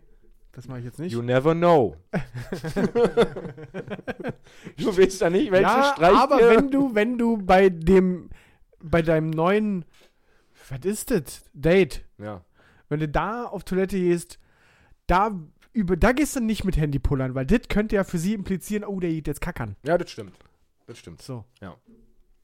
D: Das mache ich jetzt [laughs] nicht.
A: You never know. du weißt ja nicht, welchen
D: ja,
A: Streich
D: aber
A: dir-
D: wenn du, wenn du bei dem, bei deinem neuen, was ist das? Date.
A: Ja.
D: Wenn du da auf Toilette gehst, da über, da gehst du nicht mit Handy pullern, weil das könnte ja für sie implizieren, oh, der geht jetzt kackern.
A: ja, das stimmt. Das stimmt.
D: So,
A: Ja,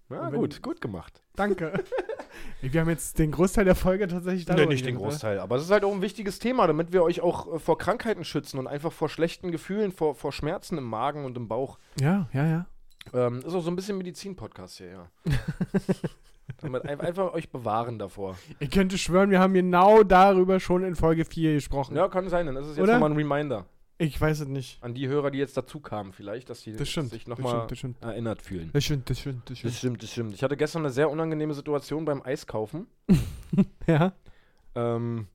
D: Und wenn-
A: gut, gut gemacht.
D: danke. [laughs] Wir haben jetzt den Großteil der Folge tatsächlich
A: Nee,
D: darüber
A: nicht den
D: geredet, ne?
A: Großteil, aber es ist halt auch ein wichtiges Thema, damit wir euch auch äh, vor Krankheiten schützen und einfach vor schlechten Gefühlen, vor, vor Schmerzen im Magen und im Bauch.
D: Ja, ja, ja.
A: Ähm, ist auch so ein bisschen Medizin-Podcast hier,
D: [laughs]
A: ja. Damit ein- einfach euch bewahren davor.
D: Ihr könnt schwören, wir haben genau darüber schon in Folge 4 gesprochen.
A: Ja, kann sein, dann ist es jetzt
D: Oder?
A: nochmal ein Reminder
D: Ich weiß es nicht.
A: an die Hörer, die jetzt dazu kamen, vielleicht, dass die sich nochmal
D: das stimmt.
A: erinnert fühlen.
D: Das stimmt, das stimmt, das
A: Das stimmt, das stimmt. Ich hatte gestern eine sehr unangenehme Situation beim Eiskaufen.
D: Ja.
A: Ähm,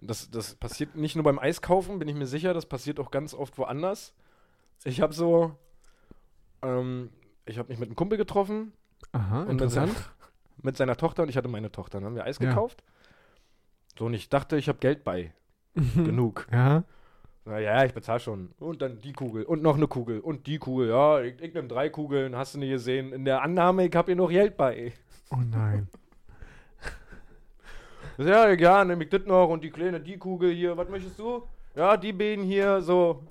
A: das, das passiert nicht nur beim Eiskaufen, bin ich mir sicher, das passiert auch ganz oft woanders. Ich habe so, ähm, ich habe mich mit einem Kumpel getroffen
D: Aha,
A: und mit, seiner- mit seiner Tochter und ich hatte meine Tochter. Dann haben wir Eis
D: Ja.
A: gekauft. So, und ich dachte, ich habe Geld bei.
D: Hm.
A: Genug.
D: [laughs] Ja.
A: Naja, ich bezahle schon. Und dann die Kugel und noch eine Kugel und die Kugel. Ja, ich, ich nehme drei Kugeln, hast du nicht gesehen. In der Annahme, ich habe ihr noch Geld bei.
D: Oh nein.
A: Ja, ja, nehme ich das noch und die kleine, die Kugel hier. Was möchtest du? Ja, die beiden hier, so.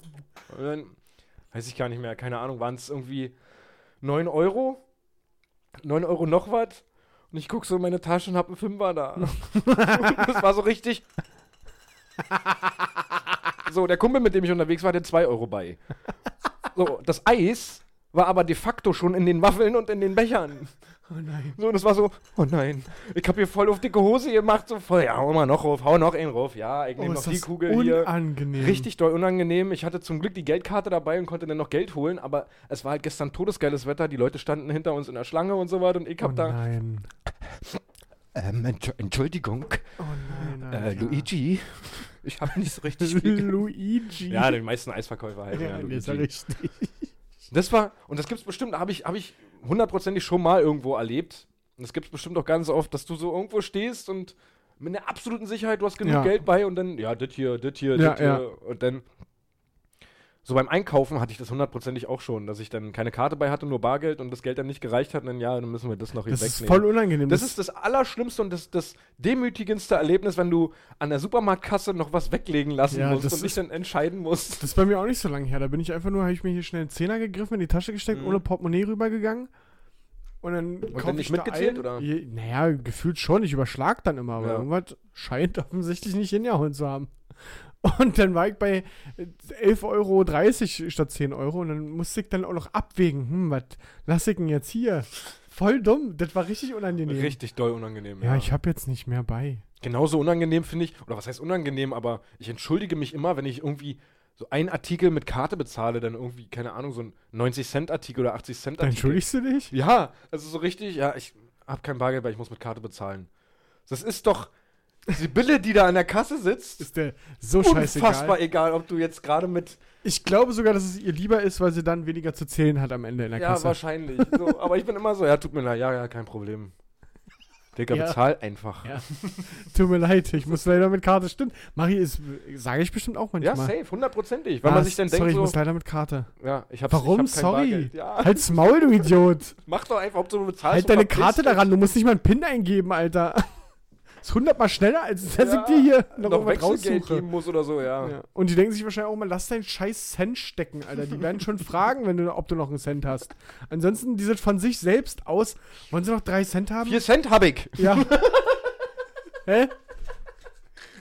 A: Und dann, weiß ich gar nicht mehr, keine Ahnung, waren es irgendwie 9 Euro? 9 Euro noch was? Und ich gucke so in meine Tasche und hab einen Fünfer da. das war so richtig. So, der Kumpel, mit dem ich unterwegs war, hatte 2 Euro bei. So, das Eis war aber de facto schon in den Waffeln und in den Bechern.
D: Oh nein.
A: So, und es war so, oh nein, ich hab hier voll auf dicke Hose gemacht, so voll, ja, hau mal noch rauf, hau noch einen rauf, ja,
D: Oh,
A: ich nehme noch die Kugel hier.
D: unangenehm.
A: Richtig doll unangenehm. Ich hatte zum Glück die Geldkarte dabei und konnte dann noch Geld holen, aber es war halt gestern todesgeiles Wetter, die Leute standen hinter uns in der Schlange und so weiter und ich hab
D: Oh
A: da.
D: nein.
B: Ähm, Entsch- Entschuldigung,
D: Oh nein,
B: äh,
D: Alter.
B: Luigi. Ich habe
D: [laughs]
B: nicht so richtig viel.
D: Luigi.
A: Ja, den meisten Eisverkäufer halt. Ja,
D: ja, das ist ja
A: Luigi.
D: richtig.
A: das war, und das gibt's bestimmt, habe ich, hab ich hundertprozentig schon mal irgendwo erlebt. Und das gibt's bestimmt auch ganz oft, dass du so irgendwo stehst und mit einer absoluten Sicherheit, du hast genug
D: Ja.
A: Geld bei und dann, ja, das hier, das hier,
D: Ja,
A: das hier. Und dann, so beim Einkaufen hatte ich das hundertprozentig auch schon, dass ich dann keine Karte bei hatte, nur Bargeld und das Geld dann nicht gereicht hat. Und dann, ja, dann müssen wir das noch hier
D: Das ist
A: wegnehmen.
D: voll unangenehm.
A: Das ist das Allerschlimmste und das, das demütigendste Erlebnis, wenn du an der Supermarktkasse noch was weglegen lassen
D: Ja,
A: musst
D: das
A: und dich
D: ist-
A: dann entscheiden musst.
D: Das ist bei mir auch nicht so lange her. Da bin ich einfach nur, habe ich mir hier schnell einen Zehner gegriffen, in die Tasche gesteckt,
A: Mhm.
D: ohne Portemonnaie rübergegangen. Und dann
A: dann
D: kauf
A: nicht
D: ich da
A: mitgezählt,
D: ein.
A: oder?
D: Je, naja, gefühlt schon. Ich überschlag dann immer, aber
A: Ja.
D: irgendwas scheint offensichtlich nicht hingehauen zu haben. [laughs] Und dann war ich bei 11,30 Euro statt 10 Euro und dann musste ich dann auch noch abwägen. Hm, was lasse ich denn jetzt hier? Voll dumm. Das war richtig unangenehm.
A: Richtig doll unangenehm.
D: Ja, ich habe jetzt nicht mehr bei.
A: Genauso unangenehm finde ich, oder was heißt unangenehm, aber ich entschuldige mich immer, wenn ich irgendwie so einen Artikel mit Karte bezahle, dann irgendwie, keine Ahnung, so ein 90-Cent-Artikel oder 80-Cent-Artikel.
D: Dann entschuldigst du dich?
A: Ja, also so richtig, ja, ich habe kein Bargeld, weil ich muss mit Karte bezahlen. Das ist doch Sibylle, die da an der Kasse sitzt.
D: Ist der so scheißegal.
A: unfassbar egal, ob du jetzt gerade mit.
D: Ich glaube sogar, dass es ihr lieber ist, weil sie dann weniger zu zählen hat am Ende in der
A: Ja,
D: Kasse.
A: wahrscheinlich. So, aber ich bin immer so, ja, tut mir leid, ja, ja, kein Problem. Digga,
D: Ja.
A: bezahl einfach.
D: Ja. Tut mir leid, ich muss leider mit Karte. Stimmt. Marie ist, sage ich bestimmt auch
A: Ja,
D: manchmal.
A: safe, hundertprozentig. Weil
D: Ah,
A: man sich dann
D: sorry, ich
A: denkt,
D: muss
A: so,
D: leider mit Karte.
A: ja, ich hab's,
D: Warum?
A: ich hab kein
D: Sorry.
A: Bargeld. Ja.
D: Halt's Maul, du Idiot.
A: Mach doch einfach, ob du bezahlst.
D: halt
A: und
D: deine
A: Also verpiss
D: Karte
A: dich.
D: daran. Du musst nicht mal einen PIN eingeben, Alter. [laughs] Ist hundertmal schneller, als dass
A: Ja,
D: ich dir hier noch,
A: Noch
D: irgendwas
A: Wechselgeld
D: raussuche.
A: geben muss oder so, ja.
D: Ja. Und die denken sich wahrscheinlich auch mal, lass deinen scheiß Cent stecken, Alter. Die werden schon [laughs] fragen, wenn du, ob du noch einen Cent hast. Ansonsten, die sind von sich selbst aus. Wollen sie noch drei Cent haben?
A: Vier Cent hab ich. [laughs]
D: Ja. Hä?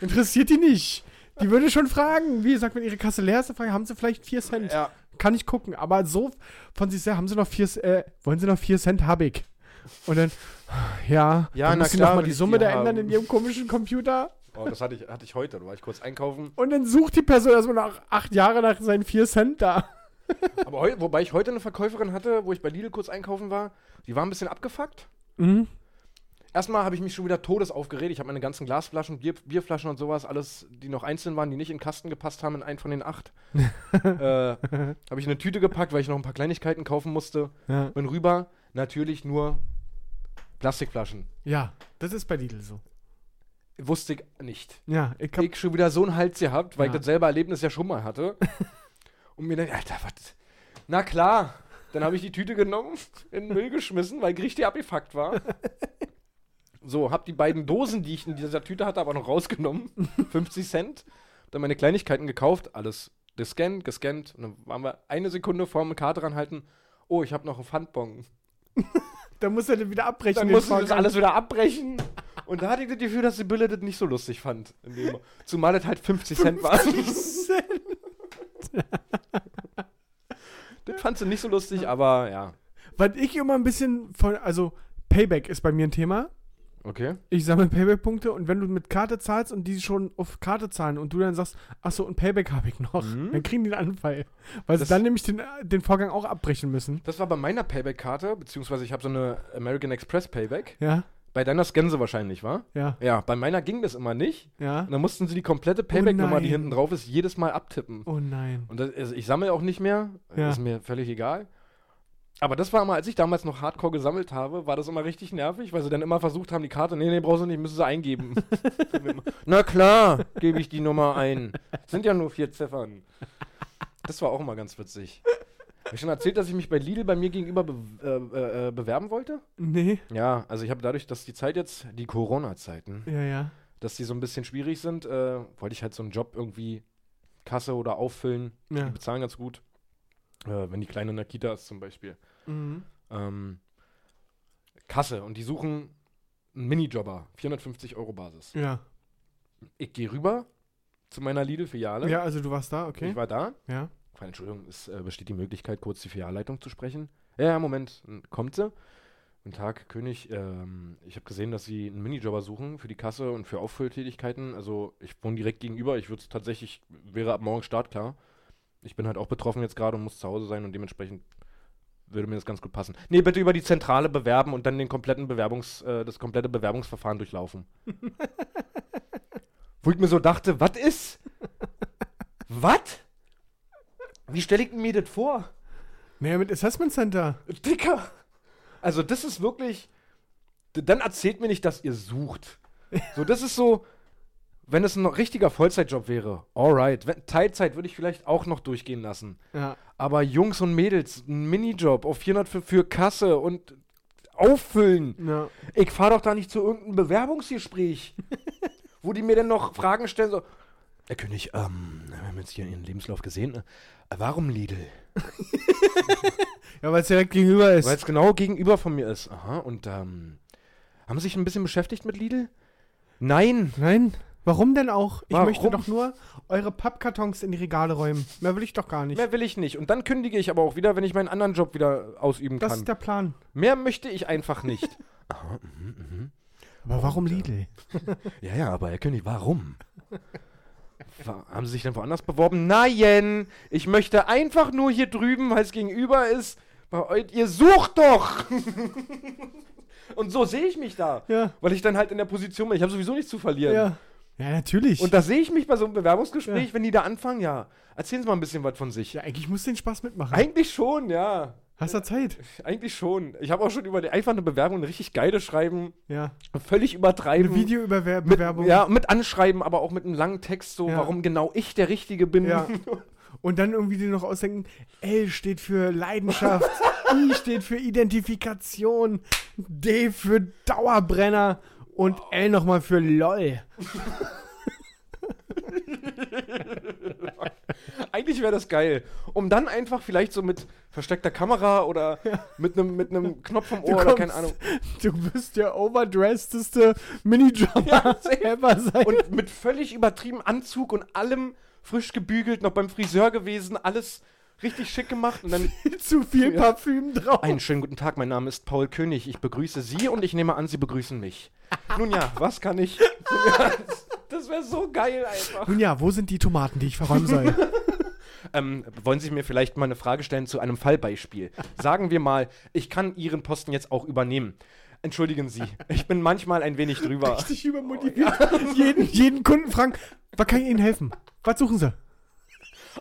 D: Interessiert die nicht. Die würde schon fragen, wie gesagt, wenn ihre Kasse leer ist, dann fragen, haben sie vielleicht 4 Cent?
A: Ja.
D: Kann ich gucken, aber so von sich selber, haben sie noch 4 äh, wollen sie noch 4 Cent, hab ich. Und dann, ja,
A: Ja,
D: dann
A: na
D: muss sie
A: klar,
D: nochmal
A: will
D: die
A: ich
D: Summe
A: die
D: da ändern
A: haben.
D: in ihrem komischen Computer.
A: Oh, das hatte ich, hatte ich heute. Da war ich kurz einkaufen.
D: Und dann sucht die Person erstmal nach 8 Jahren nach seinen 4 Cent da.
A: Aber heu, wobei ich heute eine Verkäuferin hatte, wo ich bei Lidl kurz einkaufen war. Die war ein bisschen abgefuckt.
D: Mhm.
A: Erstmal habe ich mich schon wieder todes aufgeregt. Ich habe meine ganzen Glasflaschen, Bier, Bierflaschen und sowas, alles, die noch einzeln waren, die nicht in den Kasten gepasst haben, in einen von den
D: [laughs]
A: acht. äh, habe ich eine Tüte gepackt, weil ich noch ein paar Kleinigkeiten kaufen musste.
D: Ja.
A: Bin rüber, natürlich nur Plastikflaschen.
D: ja, das ist bei Lidl so.
A: Wusste ich nicht.
D: Ja, ich hab,
A: ich schon wieder so einen Hals gehabt, weil
D: Ja.
A: ich das selber Erlebnis ja schon mal hatte. Und mir dann, Alter, was? Na klar. Dann habe ich die Tüte genommen, in den Müll geschmissen, weil ich richtig abgefuckt war. So, habe die beiden Dosen, die ich in dieser Tüte hatte, aber noch rausgenommen. 50 Cent. Dann meine Kleinigkeiten gekauft, alles gescannt, gescannt. Und dann waren wir eine Sekunde vor dem Karte ranhalten. Oh, ich habe noch einen Pfandbon.
D: da muss er dann wieder abbrechen.
A: Dann
D: den
A: mussten wir das
D: Vorgang.
A: alles wieder abbrechen. Und da hatte ich das Gefühl, dass Sibylle das nicht so lustig fand. in dem- Zumal das halt 50 Cent waren. [laughs]
D: Cent.
A: Das fandst du nicht so lustig, aber ja.
D: was ich immer ein bisschen von, also Payback ist bei mir ein Thema.
A: Okay.
D: Ich sammle Payback-Punkte und wenn du mit Karte zahlst und die schon auf Karte zahlen und du dann sagst, achso, und Payback habe ich noch,
A: Mhm.
D: dann kriegen die einen Anfall. Weil
A: Das-
D: sie dann nämlich den, den Vorgang auch abbrechen müssen.
A: Das war bei meiner Payback-Karte, beziehungsweise ich habe so eine American Express Payback.
D: Ja,
A: Bei deiner scannen sie wahrscheinlich, war?
D: ja,
A: Ja, bei meiner ging das immer nicht.
D: ja.
A: Und dann mussten sie die komplette Payback-Nummer, die
D: nein.
A: hinten drauf ist, jedes Mal abtippen.
D: Oh nein.
A: Und das, also ich sammle auch nicht mehr.
D: Ja.
A: Ist mir völlig egal. Aber das war immer, als ich damals noch Hardcore gesammelt habe, war das immer richtig nervig, weil sie dann immer versucht haben, die Karte, nee, nee, brauchst du nicht, müssen sie eingeben. Na klar, gebe ich die Nummer ein. Sind ja nur vier Ziffern. Das war auch immer ganz witzig. Habe ich schon erzählt, dass ich mich bei Lidl bei mir gegenüber be äh, äh, bewerben wollte?
D: Nee,
A: Ja, also ich habe dadurch, dass die Zeit jetzt, die Corona-Zeiten,
D: ja, ja.
A: dass die so ein bisschen schwierig sind, äh, wollte ich halt so einen Job irgendwie Kasse oder auffüllen.
D: Ja.
A: Die bezahlen ganz gut. Äh, wenn die Kleine in der Kita ist zum Beispiel.
D: Mhm.
A: Ähm, Kasse und die suchen einen Minijobber, 450 Euro Basis.
D: Ja.
A: Ich gehe rüber zu meiner Lidl-Filiale.
D: Ja, also du warst da, okay.
A: Ich war da.
D: Ja.
A: Fein, Entschuldigung, es äh, besteht die Möglichkeit, kurz die Filialleitung zu sprechen. Ja, ja, Moment, Dann kommt sie. Guten Tag, König. Ähm, ich habe gesehen, dass Sie einen Minijobber suchen für die Kasse und für Auffülltätigkeiten. Also ich wohne direkt gegenüber. Ich würde tatsächlich, wäre ab morgen startklar. Ich bin halt auch betroffen jetzt gerade und muss zu Hause sein und dementsprechend würde mir das ganz gut passen. Nee, bitte über die Zentrale bewerben und dann den kompletten Bewerbungs, äh, das komplette Bewerbungsverfahren
D: [laughs]
A: durchlaufen. Wo ich mir so dachte, was ist? Was? Wie stelle ich mir das vor?
D: Naja, mit Assessment Center.
A: Dicker! Also, das ist wirklich. D- Dann erzählt mir nicht, dass ihr sucht. So, das ist so, wenn es ein richtiger Vollzeitjob wäre. Alright. Wenn, Teilzeit würde ich vielleicht auch noch durchgehen lassen.
D: Ja.
A: Aber Jungs und Mädels, ein Minijob auf 400 für, für Kasse und auffüllen.
D: Ja.
A: Ich fahre doch da nicht zu irgendeinem
D: [laughs]
A: Bewerbungsgespräch, wo die mir dann noch Fragen stellen. So, Herr König, ähm, wir haben jetzt hier Ihren Lebenslauf gesehen. Äh, Warum Lidl?
D: Ja, weil es direkt gegenüber ist.
A: Weil es genau gegenüber von mir ist. Aha, und ähm, haben Sie sich ein bisschen beschäftigt mit Lidl? Nein.
D: Nein. Warum denn auch? Ich
A: Warum?
D: möchte doch nur eure Pappkartons in die Regale räumen. Mehr will ich doch gar nicht.
A: Mehr will ich nicht. Und dann kündige ich aber auch wieder, wenn ich meinen anderen Job wieder ausüben
D: das
A: kann.
D: ist der Plan.
A: Mehr möchte ich einfach nicht. Aha,
D: Aber warum Lidl?
A: ja, ja, aber Herr König, warum? Wa- Haben Sie sich denn woanders beworben? Nein, ich möchte einfach nur hier drüben, weil es gegenüber ist. Bei euch, ihr sucht doch! [laughs] Und so sehe ich mich da.
D: Ja.
A: Weil ich dann halt in der Position bin. Ich habe sowieso nichts zu verlieren.
D: Ja. Ähm, Ja, natürlich.
A: Und da sehe ich mich bei so einem Bewerbungsgespräch, wenn die da anfangen, ja. Erzählen Sie mal ein bisschen was von sich.
D: ja, eigentlich musst du den Spaß mitmachen.
A: Eigentlich schon, ja.
D: Hast du Zeit?
A: Eigentlich schon. Ich habe auch schon über die, einfach eine Bewerbung, eine richtig geile schreiben,
D: Ja.
A: völlig übertreiben.
D: Eine Videobewerbung.
A: mit, ja, mit anschreiben, aber auch mit einem langen Text, so,
D: Ja.
A: warum genau ich der Richtige bin.
D: Ja. Und dann irgendwie dir noch ausdenken, L steht für [laughs] Leidenschaft, I steht für Identifikation, D für Dauerbrenner und L nochmal für LOL.
A: [laughs] Eigentlich wäre das geil. Um dann einfach vielleicht so mit versteckter Kamera oder mit einem mit einem Knopf vom Ohr oder keine Ahnung.
D: Du bist der overdressedeste Minijobber
A: Ja, safe.
D: ever sein.
A: Und mit völlig übertriebenem Anzug und allem frisch gebügelt, noch beim Friseur gewesen, alles richtig schick gemacht und dann
D: zu viel
A: Ja.
D: Parfüm
A: [laughs]
D: drauf.
A: Einen schönen guten Tag, mein Name ist Paul König. Ich begrüße Sie und ich nehme an, Sie begrüßen mich. Nun ja, was kann ich? [laughs] Das wäre so geil einfach.
D: Nun ja, wo sind die Tomaten, die ich verräumen soll?
A: Ähm, wollen Sie mir vielleicht mal eine Frage stellen zu einem Fallbeispiel? Sagen wir mal, ich kann Ihren Posten jetzt auch übernehmen. Entschuldigen Sie, ich bin manchmal ein wenig drüber.
D: Richtig übermotiviert.
A: Oh,
D: [laughs] jeden, jeden Kunden fragen, was kann ich Ihnen helfen? Was suchen Sie?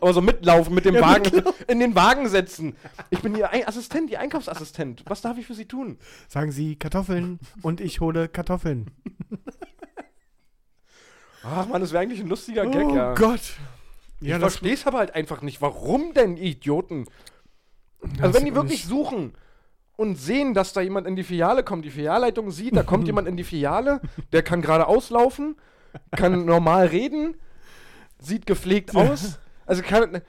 A: Aber so mitlaufen mit dem
D: Ja,
A: Wagen,
D: mitlaufen.
A: in den Wagen setzen. Ich bin Ihr Ei- Assistent, Ihr Einkaufsassistent. Was darf ich für Sie tun?
D: Sagen Sie Kartoffeln und ich hole Kartoffeln.
A: Ach man, das wäre eigentlich ein lustiger Gag, ja.
D: Oh Gott. Ja,
A: ich
D: das,
A: verstehe es aber halt einfach nicht. Warum denn, Idioten? Also, wenn die wirklich suchen und sehen, dass da jemand in die Filiale kommt, die Filialleitung sieht, da
D: [laughs]
A: kommt jemand in die Filiale, der kann gerade auslaufen, kann normal reden, sieht gepflegt aus. Also, kann,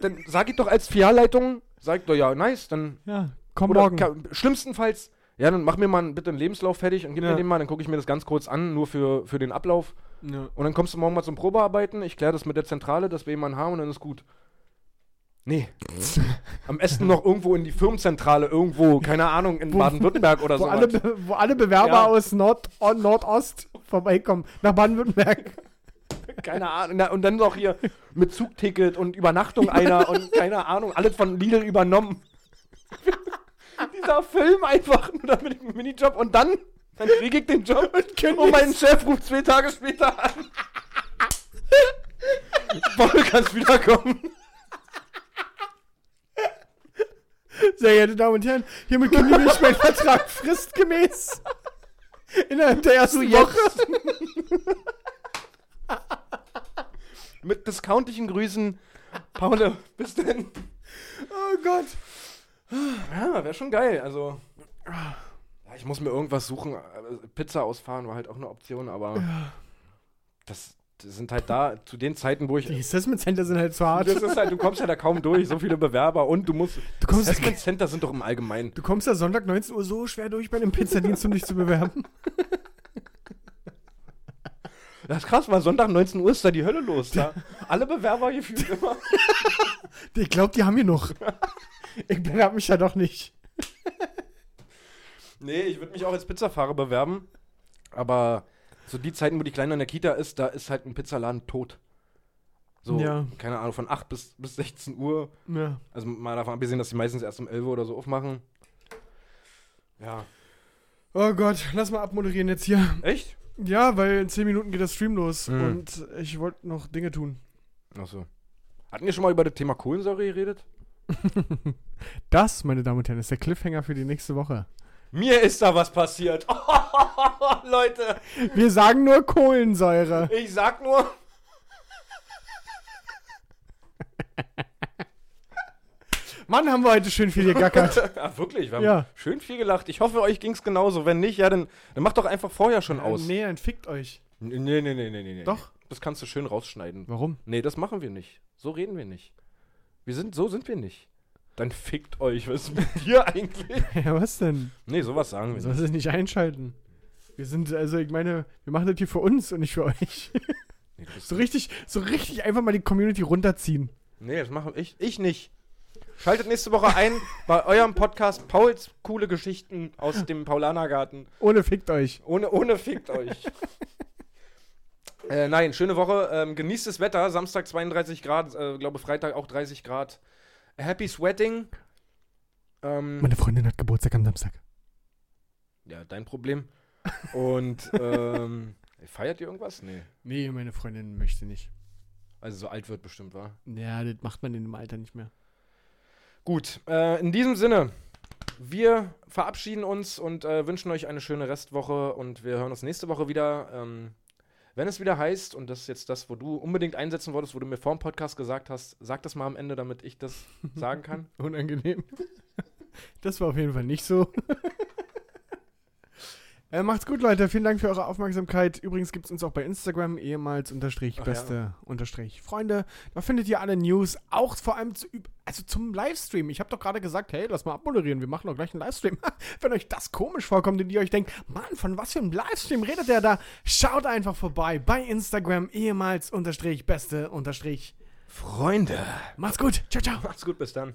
A: dann sag ich doch als Filialleitung, sag doch, ja, nice, dann.
D: ja, komm
A: Oder
D: morgen.
A: ka- schlimmstenfalls, ja, dann mach mir mal bitte einen Lebenslauf fertig und gib
D: Ja.
A: mir den mal, dann gucke ich mir das ganz kurz an, nur für, für den Ablauf.
D: Ja.
A: Und dann kommst du morgen mal zum Probearbeiten, ich kläre das mit der Zentrale, dass wir jemanden haben und dann ist gut.
D: [laughs]
A: Nee. Am besten noch irgendwo in die Firmenzentrale, irgendwo, keine Ahnung, in
D: Wo-
A: Baden-Württemberg oder
D: Wo
A: so.
D: alle, Be- wo alle Bewerber
A: Ja.
D: aus Nord on Nordost vorbeikommen, nach Baden-Württemberg. [laughs]
A: Keine Ahnung. Na, und dann noch hier mit Zugticket und Übernachtung einer und keine Ahnung, alles von Lidl übernommen. [laughs] Dieser Film einfach nur da mit dem Minijob und dann, dann kriege ich den Job und, mein Chef ruft zwei Tage später an. Paul, kannst wiederkommen.
D: Sehr geehrte Damen und Herren, hiermit kündige ich meinen Vertrag fristgemäß. [laughs] Innerhalb der ersten Woche.
A: Mit discountlichen Grüßen. Paul, [laughs] bis denn.
D: Oh Gott.
A: Ja, wäre schon geil. Also. Ja, ich muss mir irgendwas suchen. Äh, Pizza ausfahren war halt auch eine Option, aber das, das sind halt da zu den Zeiten, wo ich.
D: Die Assessment Center sind halt zu hart.
A: [laughs] Das ist halt, du kommst ja da kaum durch, so viele Bewerber und du musst.
D: Du kommst-
A: Assessment Center sind doch im Allgemeinen.
D: Du kommst ja Sonntag 19 Uhr so schwer durch bei einem Pizzadienst, um dich zu bewerben.
A: Das ist krass, weil Sonntag 19 Uhr ist da die Hölle [laughs] los. Da. Alle Bewerber gefühlt immer.
D: Ich glaube, die haben hier noch. [laughs] Ich bewerbe mich ja doch nicht.
A: Nee, ich würde mich auch als Pizzafahrer bewerben. Aber so die Zeiten, wo die Kleine in der Kita ist, da ist halt ein Pizzaladen tot. So,
D: Ja.
A: keine Ahnung, von 8 bis, bis 16 Uhr.
D: Ja.
A: Also mal davon abgesehen, dass die meistens erst um 11 Uhr oder so aufmachen. Ja.
D: Oh Gott, lass mal abmoderieren jetzt hier.
A: Echt?
D: Ja, weil in 10 Minuten geht das Stream los
A: Mhm.
D: und ich wollte noch Dinge tun.
A: Achso. Hatten wir schon mal über das Thema Kohlensäure geredet?
D: Das, meine Damen und Herren, ist der Cliffhanger für die nächste Woche.
A: Mir ist da was passiert. [laughs] Leute,
D: Wir sagen nur Kohlensäure.
A: ich sag nur.
D: Mann, haben wir heute schön viel
A: [laughs]
D: [laughs] gegackert.
A: ja, Ah, wirklich, wir haben
D: Ja.
A: schön viel gelacht. Ich hoffe, euch ging's genauso. Wenn nicht, ja, dann, dann macht doch einfach vorher schon aus.
D: Äh, Nee, dann fickt euch.
A: Nee, nee, nee, nee, nee, nee.
D: Doch.
A: Das kannst du schön rausschneiden.
D: Warum?
A: Nee, das machen wir nicht. So reden wir nicht. Wir sind, so sind wir nicht. Dann fickt euch. Was ist mit dir eigentlich?
D: [laughs] Ja, was denn?
A: Nee, sowas sagen wir
D: Sollst du nicht einschalten? Wir sind, also ich meine, wir machen das hier für uns und nicht für euch.
A: Nee, das,
D: [laughs] So richtig, so richtig einfach mal die Community runterziehen.
A: nee, das machen ich, ich nicht. Schaltet nächste Woche ein bei eurem Podcast Pauls coole Geschichten aus dem Paulanergarten.
D: Ohne fickt euch.
A: Ohne, ohne fickt euch. äh, nein, schöne Woche. Ähm, genießt das Wetter. Samstag 32 Grad, äh, glaube Freitag auch 30 Grad. Happy Sweating. Ähm,
D: Meine Freundin hat Geburtstag am Samstag.
A: ja, dein Problem. Und ähm, feiert ihr irgendwas? Nee.
D: Nee, meine Freundin möchte nicht.
A: Also so alt wird bestimmt, war.
D: Ja, das macht man in dem Alter nicht mehr.
A: Gut, äh, in diesem Sinne, wir verabschieden uns und äh, wünschen euch eine schöne Restwoche und wir hören uns nächste Woche wieder. Ähm, wenn es wieder heißt, und das ist jetzt das, wo du unbedingt einsetzen wolltest, wo du mir vor dem Podcast gesagt hast, sag das mal am Ende, damit ich das sagen kann.
D: Unangenehm. [laughs] Das war auf jeden Fall nicht so. [laughs] äh, macht's gut, Leute. Vielen Dank für eure Aufmerksamkeit. Übrigens gibt's uns auch bei Instagram, ehemals unterstrich
A: Ach ja.
D: beste unterstrich Freunde. Da findet ihr alle News, auch vor allem zu, üb- also zum Livestream. Ich habe doch gerade gesagt, hey, lass mal abmoderieren, wir machen doch gleich einen Livestream. [laughs] Wenn euch das komisch vorkommt und ihr euch denkt, Mann, von was für einem Livestream redet der da? Schaut einfach vorbei bei Instagram, ehemals unterstrich beste unterstrich.
A: Freunde.
D: Macht's gut. Ciao, ciao.
A: Macht's gut, bis dann.